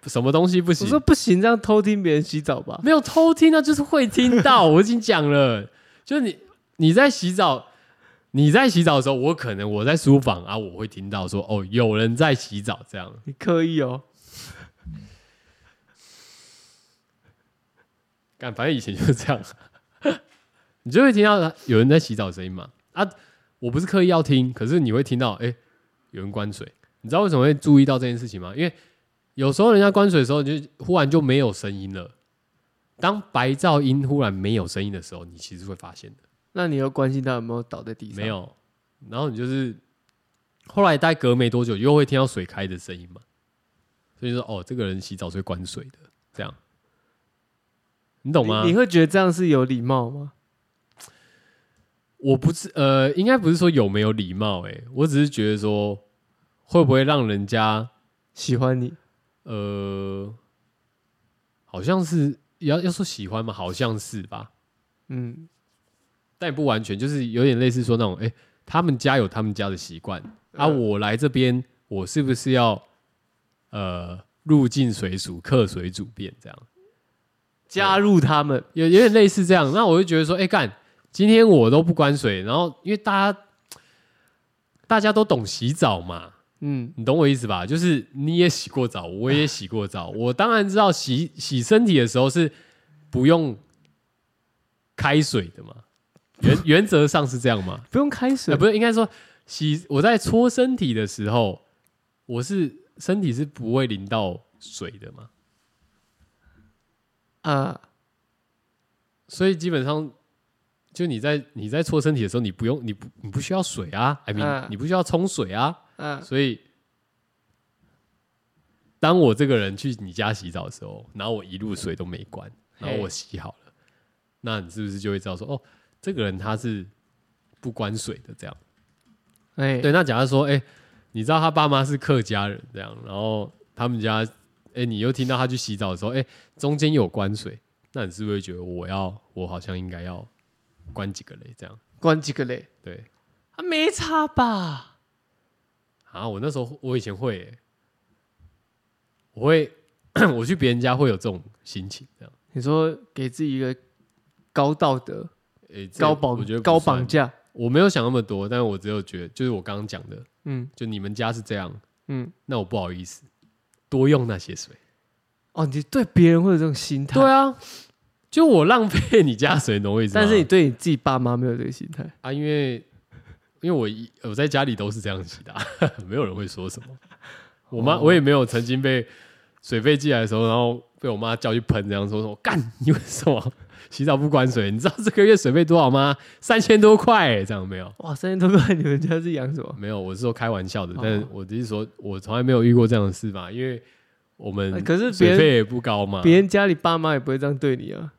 不什么东西不
我
行？
说不行这样偷听别人洗澡吧，
没有偷听啊，就是会听到。我已经讲了，就是你你在洗澡，你在洗澡的时候，我可能我在书房啊，我会听到说哦，有人在洗澡这样。
你刻意哦，
干，反正以前就是这样， 你就会听到有人在洗澡的声音嘛。啊，我不是刻意要听，可是你会听到，哎、有人关水。你知道为什么会注意到这件事情吗？因为有时候人家关水的时候，你就忽然就没有声音了。当白噪音忽然没有声音的时候，你其实会发现的。
那你要关心他有没有倒在地上？
没，有，然后你就是后来大概隔没多久，又会听到水开的声音嘛，所以就说哦，这个人洗澡是会关水的，这样，你懂吗？
你你会觉得这样是有礼貌吗？
我不是呃，应该不是说有没有礼貌、欸，我只是觉得说会不会让人家
喜欢你，
呃，好像是要要说喜欢嘛，好像是吧，
嗯，
但也不完全，就是有点类似说那种，哎、他们家有他们家的习惯啊，
嗯
我来这边，我是不是要呃入境随俗，客随主便这样？
加入他们，
有有点类似这样。那我就觉得说，哎、干，今天我都不关水，然后因为大家大家都懂洗澡嘛，
嗯，
你懂我意思吧？就是你也洗过澡，我也洗过澡，我当然知道洗洗身体的时候是不用开水的嘛，原原则上是这样嘛。
不用开
呃，
水，
不是，应该说洗我在搓身体的时候，我是身体是不会淋到水的嘛，
啊，
所以基本上就你在你在搓身体的时候，你不用你不你不需要水啊，I mean、
嗯
你不需要冲水啊，
啊，
所以当我这个人去你家洗澡的时候，然后我一路水都没关，然后我
嘿
洗好了，那你是不是就会知道说哦，这个人他是不关水的这样？
哎，
对，那假如说，哎、你知道他爸妈是客家人这样，然后他们家，哎、你又听到他去洗澡的时候，哎、中间有关水，那你是不是会觉得我要，我好像应该要关几个雷这样？
关几个嘞？
对，
啊，没差吧？
啊，我那时候我以前会、欸，我会 我去别人家会有这种心情这样，
你说给自己一个高道德、
哎、这
高
我觉得不
绑、高
算
绑，架，
我没有想那么多，但是我只有觉得，就是我刚刚讲的，
嗯
就你们家是这样，
嗯，
那我不好意思多用那些水。
哦，你对别人会有这种心态，
对啊，就我浪费你家水，你懂我意思吗？
但是你对你自己爸妈没有这个心态，
啊，因为因为我一我在家里都是这样洗的、啊， 没有人会说什么。我妈、
哦
我也没有曾经被水费寄来的时候，然后被我妈叫去喷，这样说说干你为什么洗澡不关水？你知道这个月水费多少吗？三千多块、欸，这样没有。
哇，三千多块，你们家是养什么？
没有，我是说开玩笑的，
哦
但是我只是说，我从来没有遇过这样的事嘛，因为我
哎
们
可是别
嗯水
人
费啊也不高嘛，
别人家里爸妈也不会这样对你啊，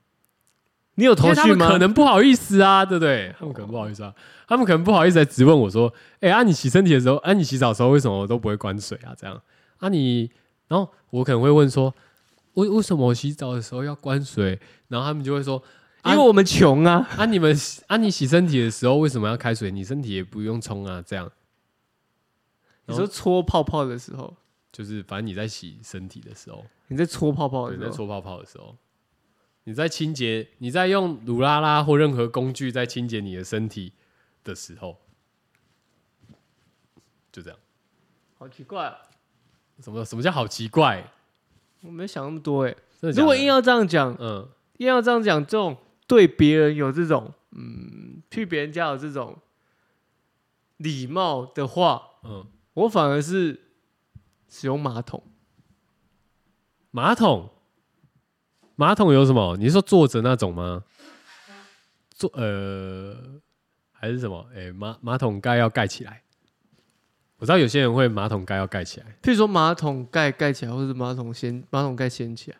你有
因
头
为他
绪
们
吗？
可能不好意思啊，对不对？他们可能不好意思啊，他们可能不好意思来质问我说：“哎、啊，你洗身体的时候，啊，你洗澡的时候为什么都不会关水啊？这样啊你，然后我可能会问说，为为什么我洗澡的时候要关水？然后他们就会说，
因为我们穷啊，
啊，你们洗啊，你洗身体的时候为什么要开水？你身体也不用冲啊，这样。
你
然
说
后
搓泡泡的时候，
就是反正你在洗身体的时候，
你在搓泡泡的
对，
时
在
候，
搓泡泡的时候，你在清洁，你在用乳拉拉或任何工具在清洁你的身体的时候，就这样。
好奇怪、啊，
什么什么叫好奇怪？
我没想那么多哎、
真的假的
如果硬要这样讲，
嗯
硬要这样讲，这种对别人有这种嗯，去别人家有这种礼貌的话，
嗯，
我反而是使用马桶。
马桶，马桶有什么？你是说坐着那种吗？坐呃还是什么？哎、马马桶盖要盖起来。我知道有些人会马桶盖要盖起来，
譬如说马桶盖盖起来，或者是马桶掀马桶盖掀起来，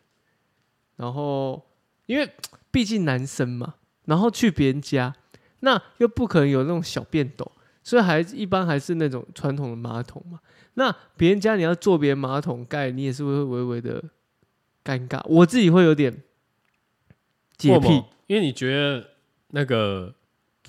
然后因为毕竟男生嘛，然后去别人家，那又不可能有那种小便斗，所以还一般还是那种传统的马桶嘛。那别人家你要做别人马桶盖，你也是会微微的尴尬。我自己会有点洁
为什
癖
么，因为你觉得那个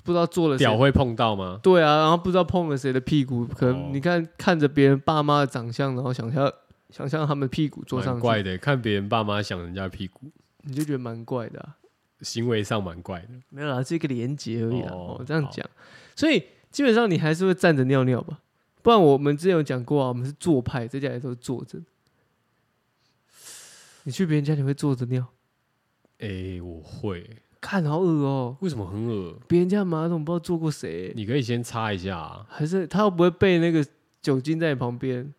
不知道做了谁
屌会碰到吗？
对啊，然后不知道碰了谁的屁股，可
哦
能你看、看着别人爸妈的长相，然后想象想象他们屁股坐上
蛮
去，
怪的，看别人爸妈想人家屁股，
你就觉得蛮怪的、啊。
行为上蛮怪的。
没有啦，是一个连接而已啦。
哦
哦，这样
好
讲，所以基本上你还是会站着尿尿吧？不然我们之前有讲过啊，我们是坐派，在家里都是坐着。你去别人家你会坐着尿，
哎、我会，
看好恶哦、
为什么很恶？
别人家的马桶不知道坐过谁、
你可以先擦一下、啊，
还是他又不会被那个酒精在你旁边？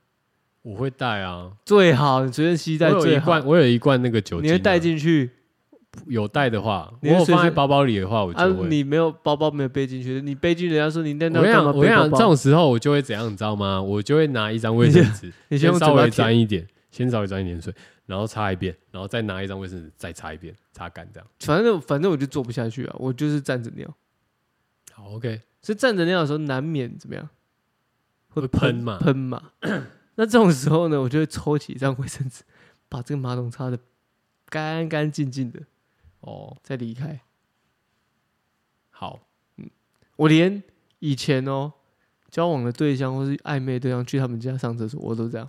我会带啊。
最好你随便吸
我
带
有
最
一
好，
罐，我有一罐那个酒
你
精啊、
会带进去
有带的话，我
你会
有
随
放在
身
包包里的话，我就
啊？
会。
你没有包包没有背进去，你背进去人家说你那
我
那
跟你
干
讲，
嘛
我跟
背
你
包
讲，这
包？
种时候我就会怎样，你知道吗？我就会拿一张卫生纸，
你先用
稍
嘴巴
微
舔
沾一点，先稍微沾一点水，然后擦一遍，然后再拿一张卫生纸再擦一遍，擦干这样。
反正反正我就坐不下去啊，我就是站着尿。
好，OK，
所以站着尿的时候难免怎么样？
会喷嘛
喷嘛。 那这种时候呢，我就会抽起一张卫生纸，把这个马桶擦的干干净净的，
哦，
再离开。
好，
我连以前哦交往的对象或是暧昧的对象去他们家上厕所，我都这样。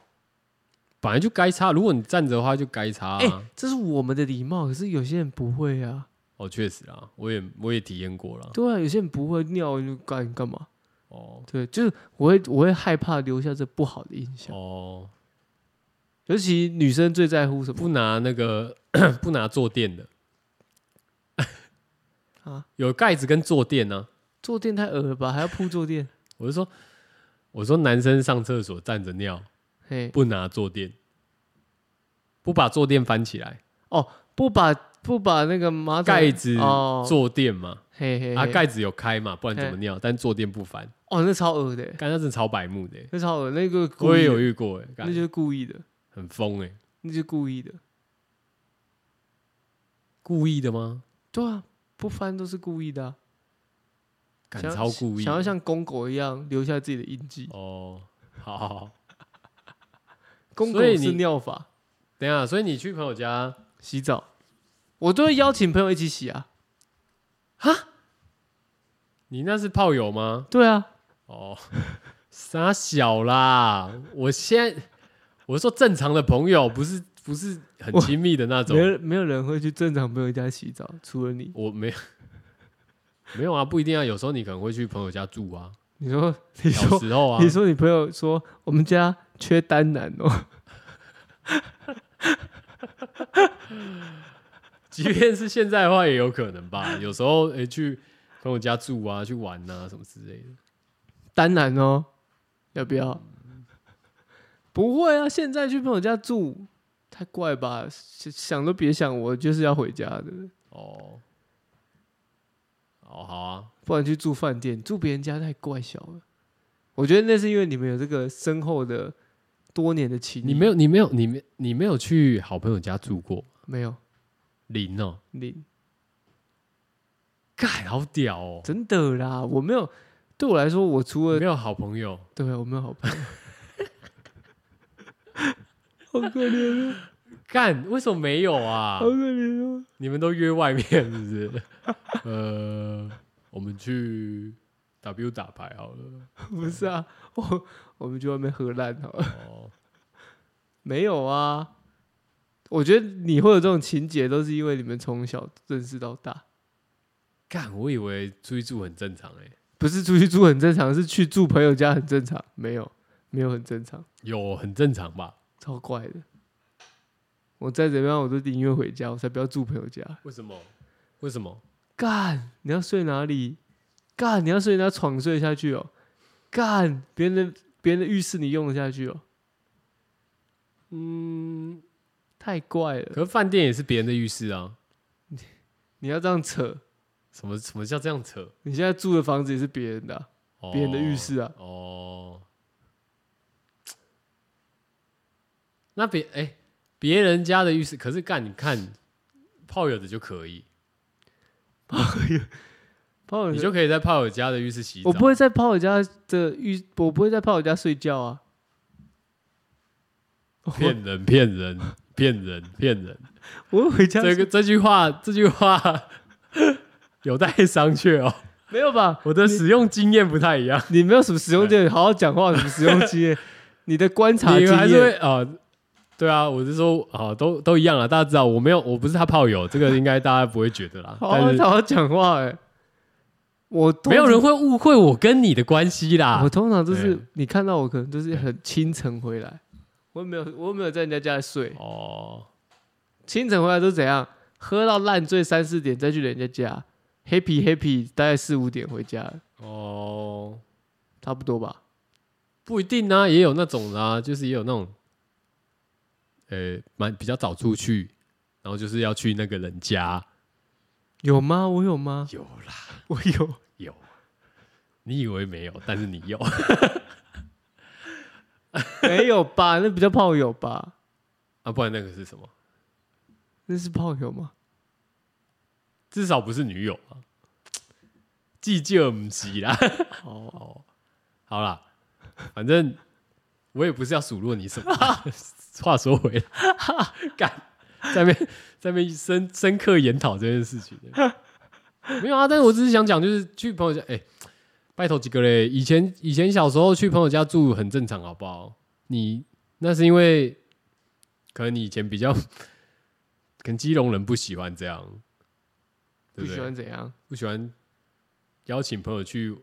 本来就该擦，如果你站着的话就该擦、啊。
哎、这是我们的礼貌，可是有些人不会啊。
哦，确实啊，我也我也体验过了。
对啊，有些人不会尿就干干嘛？
哦
对，就是我会我会害怕留下这不好的印象，
哦，
尤其女生最在乎什么
不拿那个不拿坐垫的
啊？
有盖子跟坐垫呢、
坐垫太恶了吧，还要铺坐 垫？
我是说，我说男生上厕所站着尿，
嘿，
不拿坐垫，不把坐垫翻起来，
不把不把那个马桶
盖子
啊哦，
坐垫嘛，
嘿嘿
啊
嘿
盖子有开嘛，不然怎么尿？但坐垫不翻，
哦，那超恶的欸，
干那是超白目的欸，
那超恶，那个故
我
意
也
的
有遇过欸，
那
干
就是故意的，
很疯哎，
那就是故意的，
故意的吗？
对啊，不翻都是故意的啊，
干
想要
超故意的，
想要像公狗一样留下自己的印记，
哦，好好好，
公狗
所以你
是尿法，
等一下，所以你去朋友家，
洗澡，我都会邀请朋友一起洗啊，
你那是炮友吗？
对啊，
哦， 傻小啦！我现在我说正常的朋友，不是不是很
我
亲密的那种
没。有没有人会去正常朋友家洗澡，除了你，
我没有没有啊，不一定啊。有时候你可能会去朋友家住啊，
你说你
小
说
时候啊
你，说你朋友说我们家缺单男哦，
即便是现在的话也有可能吧。有时候诶、去朋友家住啊，去玩啊什么之类的。
当然哦，要不要？不会啊，现在去朋友家住太怪吧，想想都别想，我就是要回家的，
哦，哦好啊，
不然去住饭店，住别人家太怪小了。我觉得那是因为你们有这个深厚的多年的情谊，
你没有你没有你没你没有去好朋友家住过
没有
零哦，
零，
盖好屌哦，
真的啦，我没有。对我来说，我除了
没有好朋友，
对我没有 好朋友，好可怜啊，
干为什么没有啊
好？可怜啊。
你们都约外面是不是？ 呃，我们去 W 打牌好了。
不是啊，我我们去外面喝烂好了。
哦，
没有啊，我觉得你会有这种情节，都是因为你们从小认识到大，
干，我以为追逐很正常哎、
不是出去住很正常，是去住朋友家很正常，没有，没有很正常，
有很正常吧？
超怪的。我再怎么样，我都宁愿回家，我才不要住朋友家。
为什么？为什么？
干，你要睡哪里？干，你要睡人家床睡下去哦。干，别人的别人的浴室你用得下去哦，
嗯，
太怪了。
可是饭店也是别人的浴室啊，
你要这样扯，
什么什么叫这样扯？
你现在住的房子也是别人的啊、
哦
别人的浴室啊。
哦。那别哎，别、人家的浴室，可是干你看炮友的就可以，
泡友
你
家
就可以在炮友家的浴室洗澡。
我不会在泡友家的浴，我不会在泡友家睡觉啊。
骗人，骗 人，骗人，骗人。
我会回家睡
这个这句话，这句话 有待商榷哦。
没有吧？
我的使用经验不太一样，
你没有什么使用经验，好好讲话，什么使用经 验？你的观察
你
经
们还是
验
会啊、对啊，我是说啊、都都一样啊。大家知道我没有，我不是他炮友，这个应该大家不会觉得啦。
好
但
好
是
好好讲话哎、我通
没有人会误会我跟你的关系啦
我。通常就是
对
你看到我，可能就是很清晨回来，我也没有，我也没有在人家家里睡。
哦，
清晨回来都怎样？喝到烂醉三四点再去人家家，happy happy，大概四五点回家了，
哦，
差不多吧。
不一定啊，也有那种的啊，就是也有那种，呃，蛮比较早出去，然后就是要去那个人家。
有吗？我有吗？
有啦，
我有。
有。你以为没有，但是你有。
没有吧？ 那不叫炮友吧？
啊，不然那个是什么？
那是炮友吗？
至少不是女友啊，计较不是啦。
哦，
哦， 好啦，反正我也不是要数落你什么啦。 话说回来， 干在那边在那边深深刻研讨这件事情，没有啊。但是我只是想讲，就是去朋友家，哎、拜托几个嘞。以前以前小时候去朋友家住很正常，好不好？你那是因为可能你以前比较，可能基隆人不喜欢这样，对
不
不对
喜欢怎样？
不喜欢邀请朋友去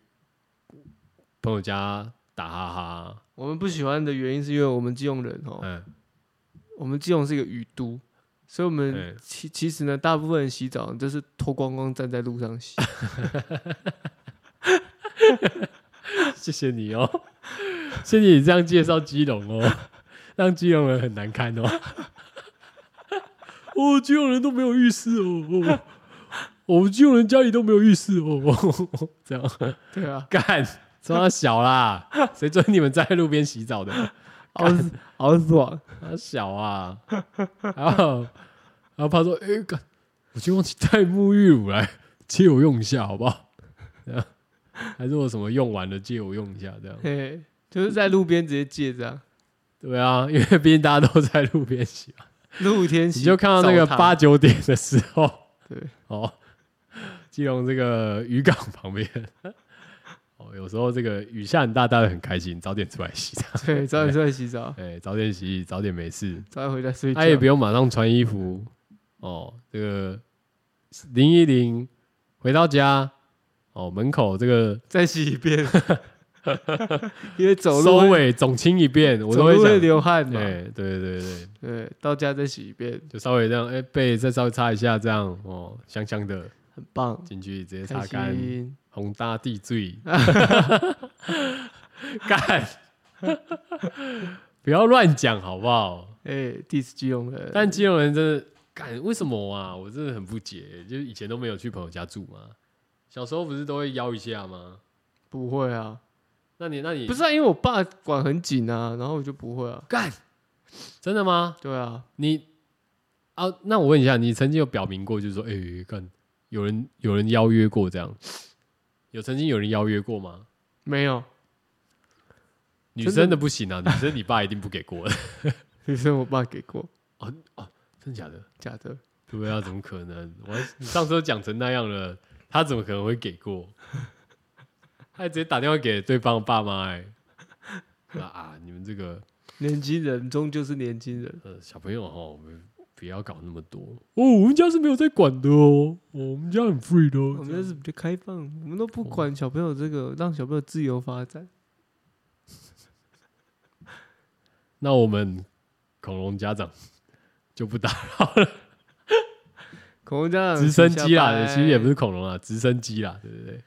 朋友家打哈哈，
我们不喜欢的原因是因为我们基隆人哦，
嗯，
我们基隆是一个雨都，所以我们
嗯
其其实呢，大部分人洗澡都是脱光光站在路上 洗。
谢谢你哦， 谢谢你这样介绍基隆哦， 让基隆人很难堪哦。 哦，基隆人都没有浴室哦，哦， 哦基隆人家里都没有浴室哦，哦 这样
对啊，
干，他小啦，谁准你们在路边洗澡的？
好好爽。
他小啊， 然后然后他说：“哎、干我今天忘记带沐浴乳来，借我用一下好不好？” 这样还是我什么用完了借我用一下这样？
嘿，就是在路边直接借这样，
对啊，因为毕竟大家都在路边洗嘛，
露天洗
你就看到那个
澡堂
八九点的时候，
对，
哦，基隆这个渔港旁边， 哦，有时候这个雨下很大，大家很开心，早点出来洗 澡，
对，早点出来洗澡，
哎、早点洗，早点没事，
早点回家睡觉。
他也不用马上穿衣服哦。这个零一零回到家哦，门口这个
再洗一遍， 因为走路
收
会
尾总清一遍，我都
走
会
路会
想，
流汗嘛，
哎，对对对，
对，到家再洗一遍，
就稍微这样，哎，背再稍微擦一下，这样哦，香香的
很棒。
进去直接擦
开
干，
心，
宏大地 罪， 干， 不要乱讲好不好？
哎、第 diss 基隆人，
但基隆人真的干为什么啊？我真的很不解，就是以前都没有去朋友家住嘛，小时候不是都会邀一下吗？
不会啊，
那你那你
不是、啊、因为我爸管很紧啊，然后我就不会啊，
干真的吗？
对啊，
你啊，那我问一下，你曾经有表明过，就是说，哎、干有人有人邀约过这样？有曾经有人邀约过吗？
没有，
女
真的
生的不行啊，女生你爸一定不给过的，
女生我爸给过，
真的假的？
假的，
对不对啊？怎么可能？我你上次都讲成那样了，他怎么可能会给过？ 哎他还直接打电话给对方爸妈、欸，啊啊！你们这个
年轻人终究是年轻人，
呃，小朋友哈，我们不要搞那么多哦。我们家是没有在管的哦，哦我们家很 free 的哦。
我们
这
这
样
是比较开放，我们都不
哦
管小朋友这个，让小朋友自由发展。
那我们恐龙家长 就不打
恐龙家长
直升机啦，其
请下拜
实也不是恐龙啦，直升机啦，对不对？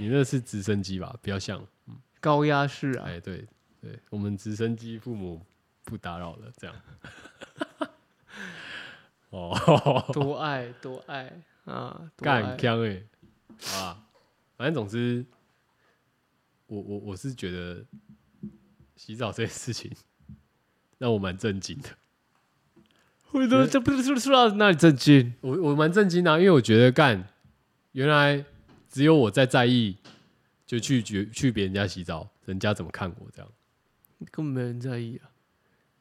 你那是直升机吧？比较像，
高压式啊，
哎，对对，我们直升机父母不打扰了，这样。 哦，
多爱多爱啊，多
干
爱
枪哎，好吧，反正总之，我我我是觉得洗澡这件事情让我蛮震惊的，
会的，这不是说说到那里震惊，
我我蛮震惊的啊、因为我觉得干原来只有我在在意，就去觉去别人家洗澡，人家怎么看我这样，
根本没人在意啊，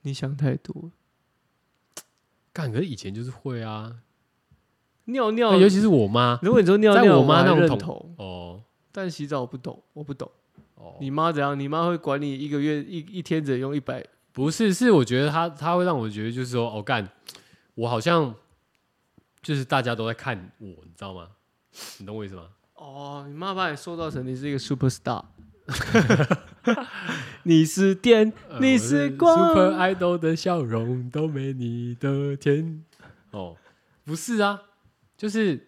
你想太多了。
干可是以前就是会啊，
尿尿，
哎那尤其是我妈
如果你说尿
在
尿，
我妈
还
那种
认
桶
同，
哦
但洗澡我不懂，我不懂。
哦，
你妈怎样？你妈会管你一个月一一天只能用一百？
不是，是我觉得他他会让我觉得就是说，哦干，我好像就是大家都在看我，你知道吗？你懂我意思吗？
哦，你妈把你塑造成你是一个 super star，你是电，
呃
你
我
是
Super
光，
Idol 的笑容都没你的甜。哦，不是啊，就是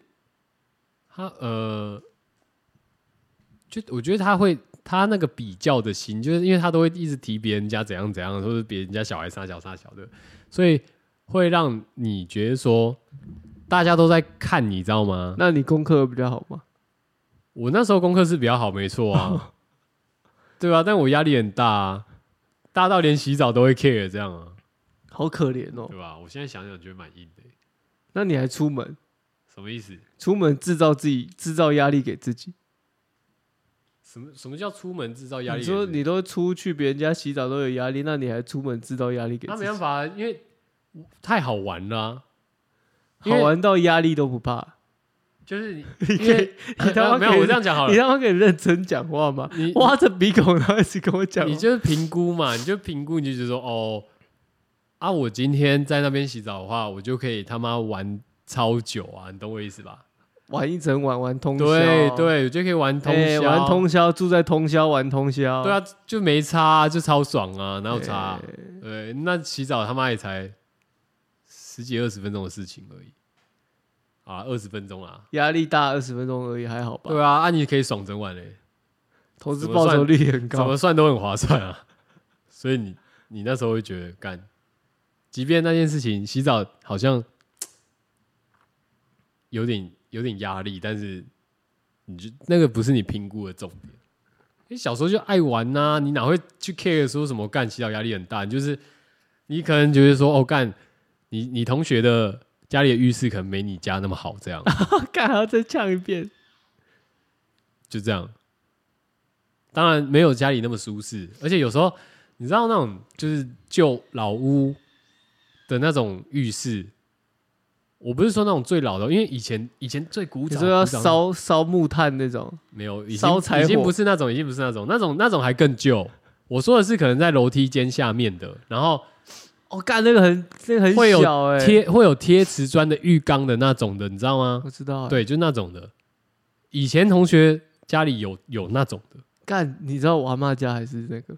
他呃，就我觉得他会他那个比较的心，就是因为他都会一直提别人家怎样怎样，或者别人家小孩傻小傻小的，所以会让你觉得说大家都在看，你知道吗？
那你功课比较好吗？
我那时候功课是比较好，没错 啊，对啊，但我压力很大啊，大到连洗澡都会 care 这样啊。
好可怜哦。
对吧？我现在想想觉得蛮硬的欸，
那你还出门，
什么意思？
出门制造自己制造压力给自己。
什么什么叫出门制造压力
你
给
说
自己？
你都出去，别人家洗澡都有压力，那你还出门制造压力给
那
自
没
己？
办法啊，因为太好玩了啊、因
好
为
玩到压力都不怕。
就是你
你
因为呃
你他妈
没有
可以
我这样讲好
你
了，
他妈可以认真讲话吗？
你
挖着鼻孔，然后一直跟我讲话。
你就是评估嘛，你就评估你就觉得说哦啊，我今天在那边洗澡的话，我就可以他妈玩超久啊，你懂我意思吧？
玩一整晚，玩通宵。
对，对，我就可以玩通
哎
宵，
玩通宵，住在通宵，玩通宵。
对啊，就没差啊、就超爽啊，哪有差啊、
哎
对，那洗澡他妈也才十几二十分钟的事情而已，啊，二十分钟啊，
压力大二十分钟而已，还好吧？
对啊，啊，你可以爽整晚嘞、
投资
怎么
报酬
算
率也很
怎
高
么。算都很划算啊。 所以你你那时候会觉得干，即便那件事情洗澡好像有点有点压力，但是你就那个不是你评估的重点。你小时候就爱玩呐、你哪会去 care 说什么干洗澡压力很大？你就是你可能觉得说哦干，你你同学的家里的浴室可能没你家那么好，这样
干还要再呛一遍？
就这样。当然没有家里那么舒适，而且有时候你知道那种就是旧老屋的那种浴室，我不是说那种最老的，因为以前以前最古
你
早，
说要
古早
烧烧木炭那种？
没有已经
烧柴火
已经不是那种，已经不是那种，那种那种还更旧。我说的是可能在楼梯间下面的，然后
哦，干那个很那个很
会有
小哎。
贴会有贴瓷砖的浴缸的那种的，你知道啊吗？
我知道。哎
对，就那种的。以前同学家里有有那种的，
干，你知道我阿妈家还是那个，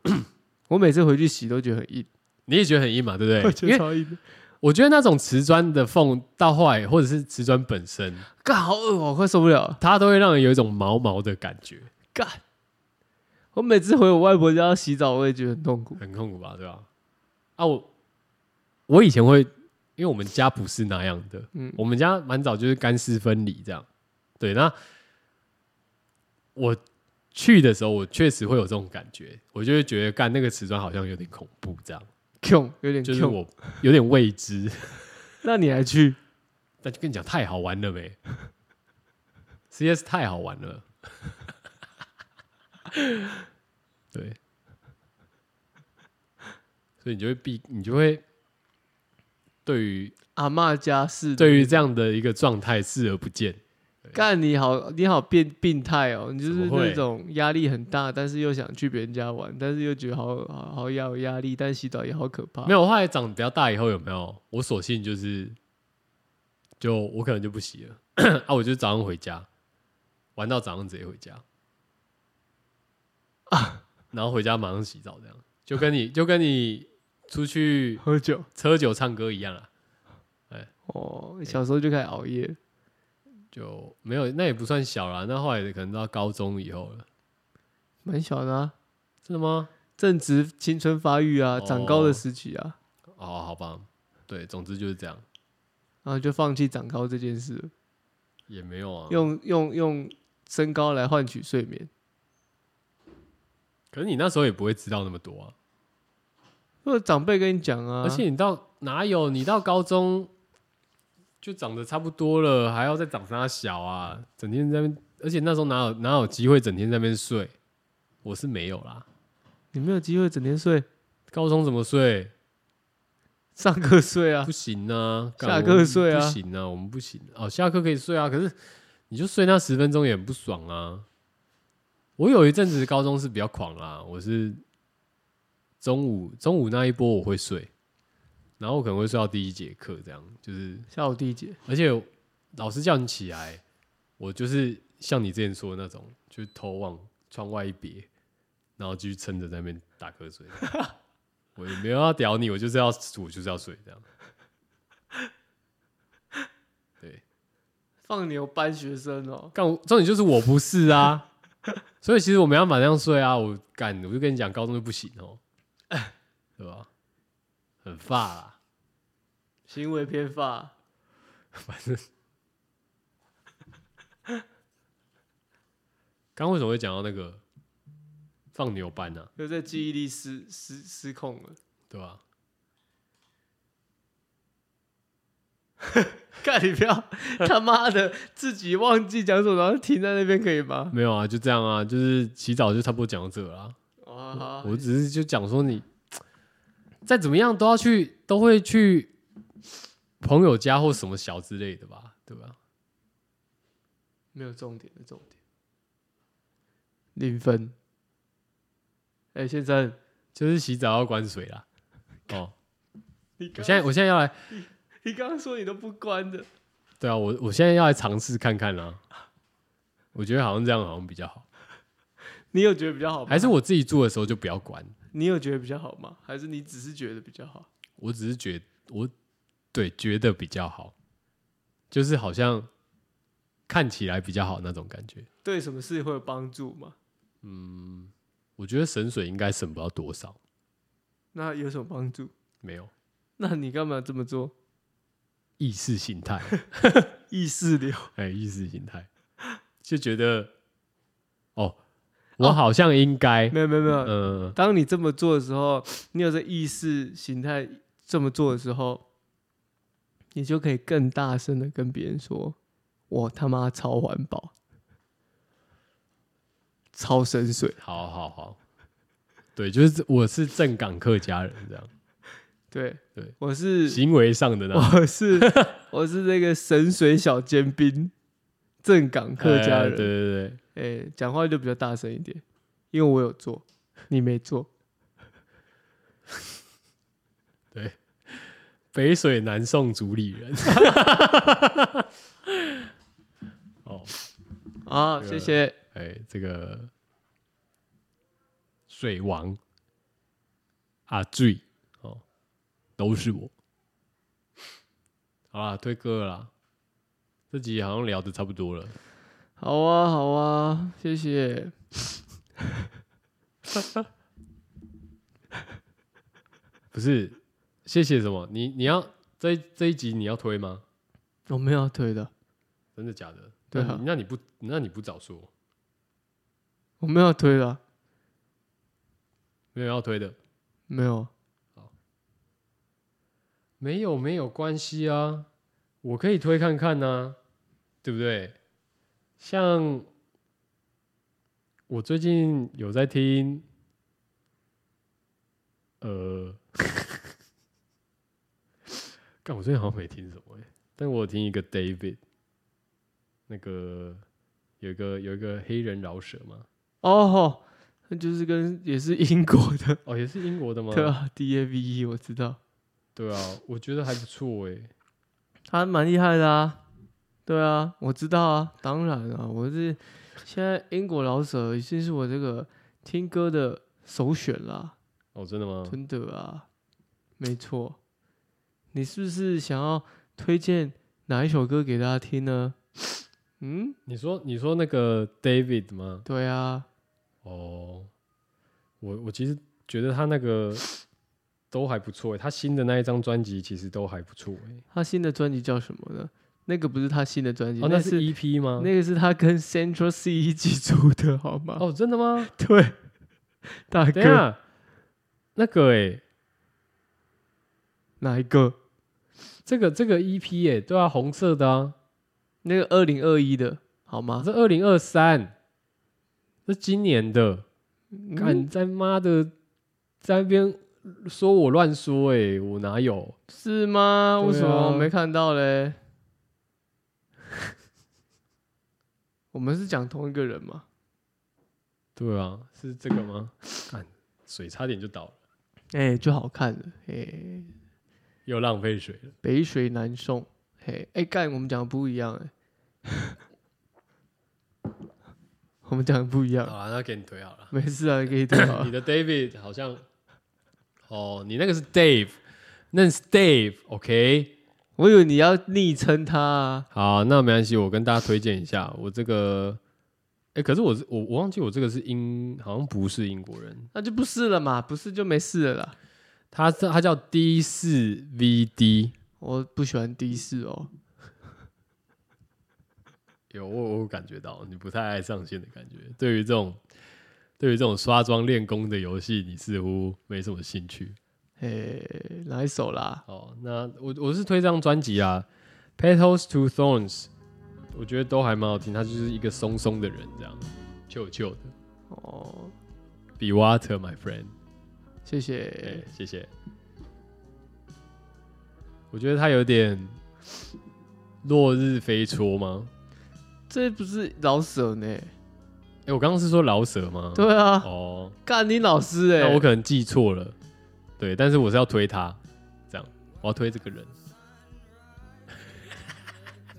我每次回去洗都觉得很硬，
你也觉得很硬嘛，对不对？
我觉
因为
得超硬的。
我觉得那种瓷砖的缝到后来，或者是瓷砖本身，
干，好饿哦，我快受不了了。
它都会让人有一种毛毛的感觉，
干，我每次回我外婆家要洗澡，我也觉得很痛苦。
很痛苦吧？对吧？啊，我我以前会，因为我们家不是那样的，
嗯
我们家蛮早就是干湿分离这样。对，那我去的时候，我确实会有这种感觉，我就会觉得干那个瓷砖好像有点恐怖，这样
囧，有点
就是
囧。
我有点未知。
那你还去？
但就跟你讲，太好玩了呗 ，CS 太好玩了。 对，所以你就会避，你就会对于
阿嬷家是
对于这样的一个状态视而不见。
干你好，你好变病态哦！你就
怎
是
么会
那种压力很大，但是又想去别人家玩，但是又觉得好好好要有压力，但洗澡也好可怕。
没有，我后来长比较大以后有没有？我索性就是，就我可能就不洗了 啊，我就早上回家，玩到早上直接回家，然后回家马上洗澡，这样就跟你就跟你出去
喝酒
喝酒唱歌一样啊啦，
哦，小时候就开始熬夜，
就没有那也不算小啦，那后来可能到高中以后了，
蛮小的啊，
真的吗？
正值青春发育啊，
哦
长高的时期啊，
哦，好吧，对，总之就是这样，
然后就放弃长高这件事了，
也没有啊，
用用用身高来换取睡眠。
可是你那时候也不会知道那么多啊。
或者长辈跟你讲啊，
而且你到哪有？你到高中就长得差不多了，还要再长啥小啊？整天在那边，而且那时候哪有哪有机会整天在那边睡？我是没有啦。
你没有机会整天睡，
高中怎么睡？
上课睡啊
不，行啊，干
下
我
课
们
睡啊
不行啊，我们不行。哦，下课可以睡啊，可是你就睡那十分钟也很不爽啊。我有一阵子高中是比较狂啦，我是中午中午那一波我会睡，然后我可能会睡到第一节课，这样就是
下午第一节，
而且老师叫你起来，我就是像你之前说的那种，就是头往窗外一别，然后继续撑着在那边打瞌睡。我也没有要屌你，我就是要我就是要睡这样。对，
放牛班学生哦，
但我重点就是我不是啊，所以其实我没办法这样睡啊。我干，我就跟你讲，高中就不行哦，对吧？很发啦，
行为偏发，
反正。刚为什么会讲到那个放牛班呢、啊？
就在记忆力失失失控了。
对吧？
干你不 要他妈的自己忘记讲什么，然后停在那边可以吗？
没有啊，就这样啊，就是洗澡就差不多讲到这了啊。
哦，好
我只是就讲说你再怎么样都要去，都会去朋友家或什么小之类的吧，对吧？
没有重点的重点，零分。哎、先生，
就是洗澡要关水啦。哦，
你刚
我现在我现在要来，
你刚刚说你都不关的，
对啊，我我现在要来尝试看看啦。我觉得好像这样好像比较好，
你有觉得比较好吗？
还是我自己住的时候就不要关。
你有觉得比较好吗？还是你只是觉得比较好？
我只是觉我对觉得比较好，就是好像看起来比较好那种感觉。
对什么事会有帮助吗？
我觉得省水应该省不到多少，
那有什么帮助？
没有
那你干嘛这么做？
意识形态，
意识流，
哎，意识形态就觉得哦，我好像应该，
没有没有没有，
呃，
当你这么做的时候，你有这意识形态这么做的时候，你就可以更大声的跟别人说：“我他妈超环保，超深水。
好好好，对，就是我是正港客家人这样，”
对
对，啊
我是哦
行为上的那
我是我是那个神水小尖兵，正港客家
哎
人
对。对对，
哎、讲话就比较大声一点，因为我有做，你没做。
北水南宋主理 人。哦，
啊，
对
谢谢。
哎，这个水王阿醉哦，都是我。好啦，推歌了啦，这集好像聊的差不多了。
好啊，好啊，谢谢。
不是，谢谢什么？你你要这一这一集你要推吗？
我没有要推的，
真的假的？
对
那
啊
你那你不那你不早说，
我没有要推的，
没有要推的，
没有。
没有没有关系啊，我可以推看看呐、对不对？像我最近有在听，呃， 干我最近好像没听什么、欸、但我有听一个 David，那个有一个有一个黑人饶舌嘛，
哦吼，那就是跟也是英国的，
哦，也是英国的吗？
对啊，D A V E 我知道，
对啊，我觉得还不错哎、
他蛮厉害的啊，对啊，我知道啊，当然啊，我是现在英国老舍已经是我这个听歌的首选啦，
哦，真的吗？
真的啊，没错，你是不是想要推荐哪一首歌给大家听呢？ 嗯，
你说你说那个 David 吗？
对啊，
哦，我我其实觉得他那个都还不错哎、他新的那一张专辑其实都还不错哎、
他新的专辑叫什么呢？那个不是他新的专辑，
哦，那
那
是 EP 吗？
那个是他跟 Central C 一起出的，好吗？
哦，真的吗？
对，大
等一
哥，
下，那个哎、
哪一个？
这个这个 EP 哎、对啊，红色的啊，
那个二零二一的好吗？
这二零二三，这今年的，
嗯
敢在妈的在那边说我乱说哎、我哪有？
是吗？
对啊
为什么我没看到嘞？ 我们是讲同一个人吗？
对啊，是这个吗？看水差点就倒了，
哎、就好看了，哎、
又浪费水了。
北水南送，嘿、哎、干，我们讲的不一样、哎， 我们讲的不一样，
好啊，那给你推好了。
没事啊，可以的啊
你的 David 好像，哦，你那个是 Dave，那是 Dave，OK、
我以为你要昵称他啊，
好，那没关系，我跟大家推荐一下，我这个，哎、可是我是我我忘记我这个是英，好像不是英国人，
那就不是了嘛，不是就没事了啦。
他是他叫 D 四 VD，
我不喜欢的士哦，
有我我有感觉到你不太爱上线的感觉，对于这种对于这种刷装练功的游戏，你似乎没什么兴趣。
哎、哪一首啦？
哦，那我我是推这张专辑啊，《Petals to Thorns》，我觉得都还蛮好听。他就是一个松松的人，这样，旧旧的。
哦，
Be water, my friend。
谢
哎、
谢。
谢谢。我觉得他有点落日飞戳吗？
这不是老舍呢？
哎、我刚刚是说老舍吗？。
对啊，
哦，
干你老师哎、
那我可能记错了。对，但是我是要推他，这样，我要推这个人。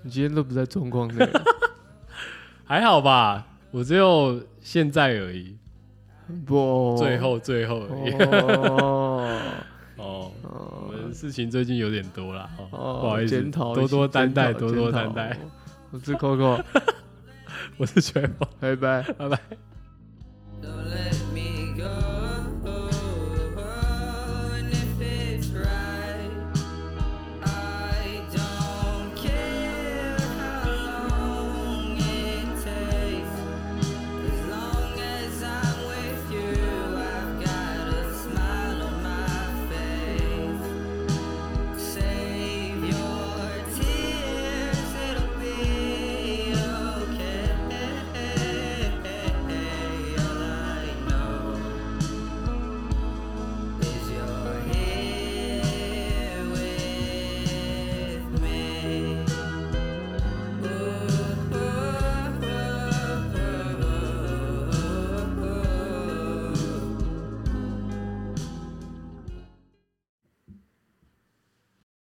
你今天都不在状况 内，
还好吧，我只有现在而已。
不，
最后，最后而已。
哦，
哦我
哦
们事情最近有点多啦，哦
哦
不好意思，
检讨一下
多多担待，
检讨
多多
检讨
担待。
我是 Coco，
我是全宝，
拜拜。
拜拜。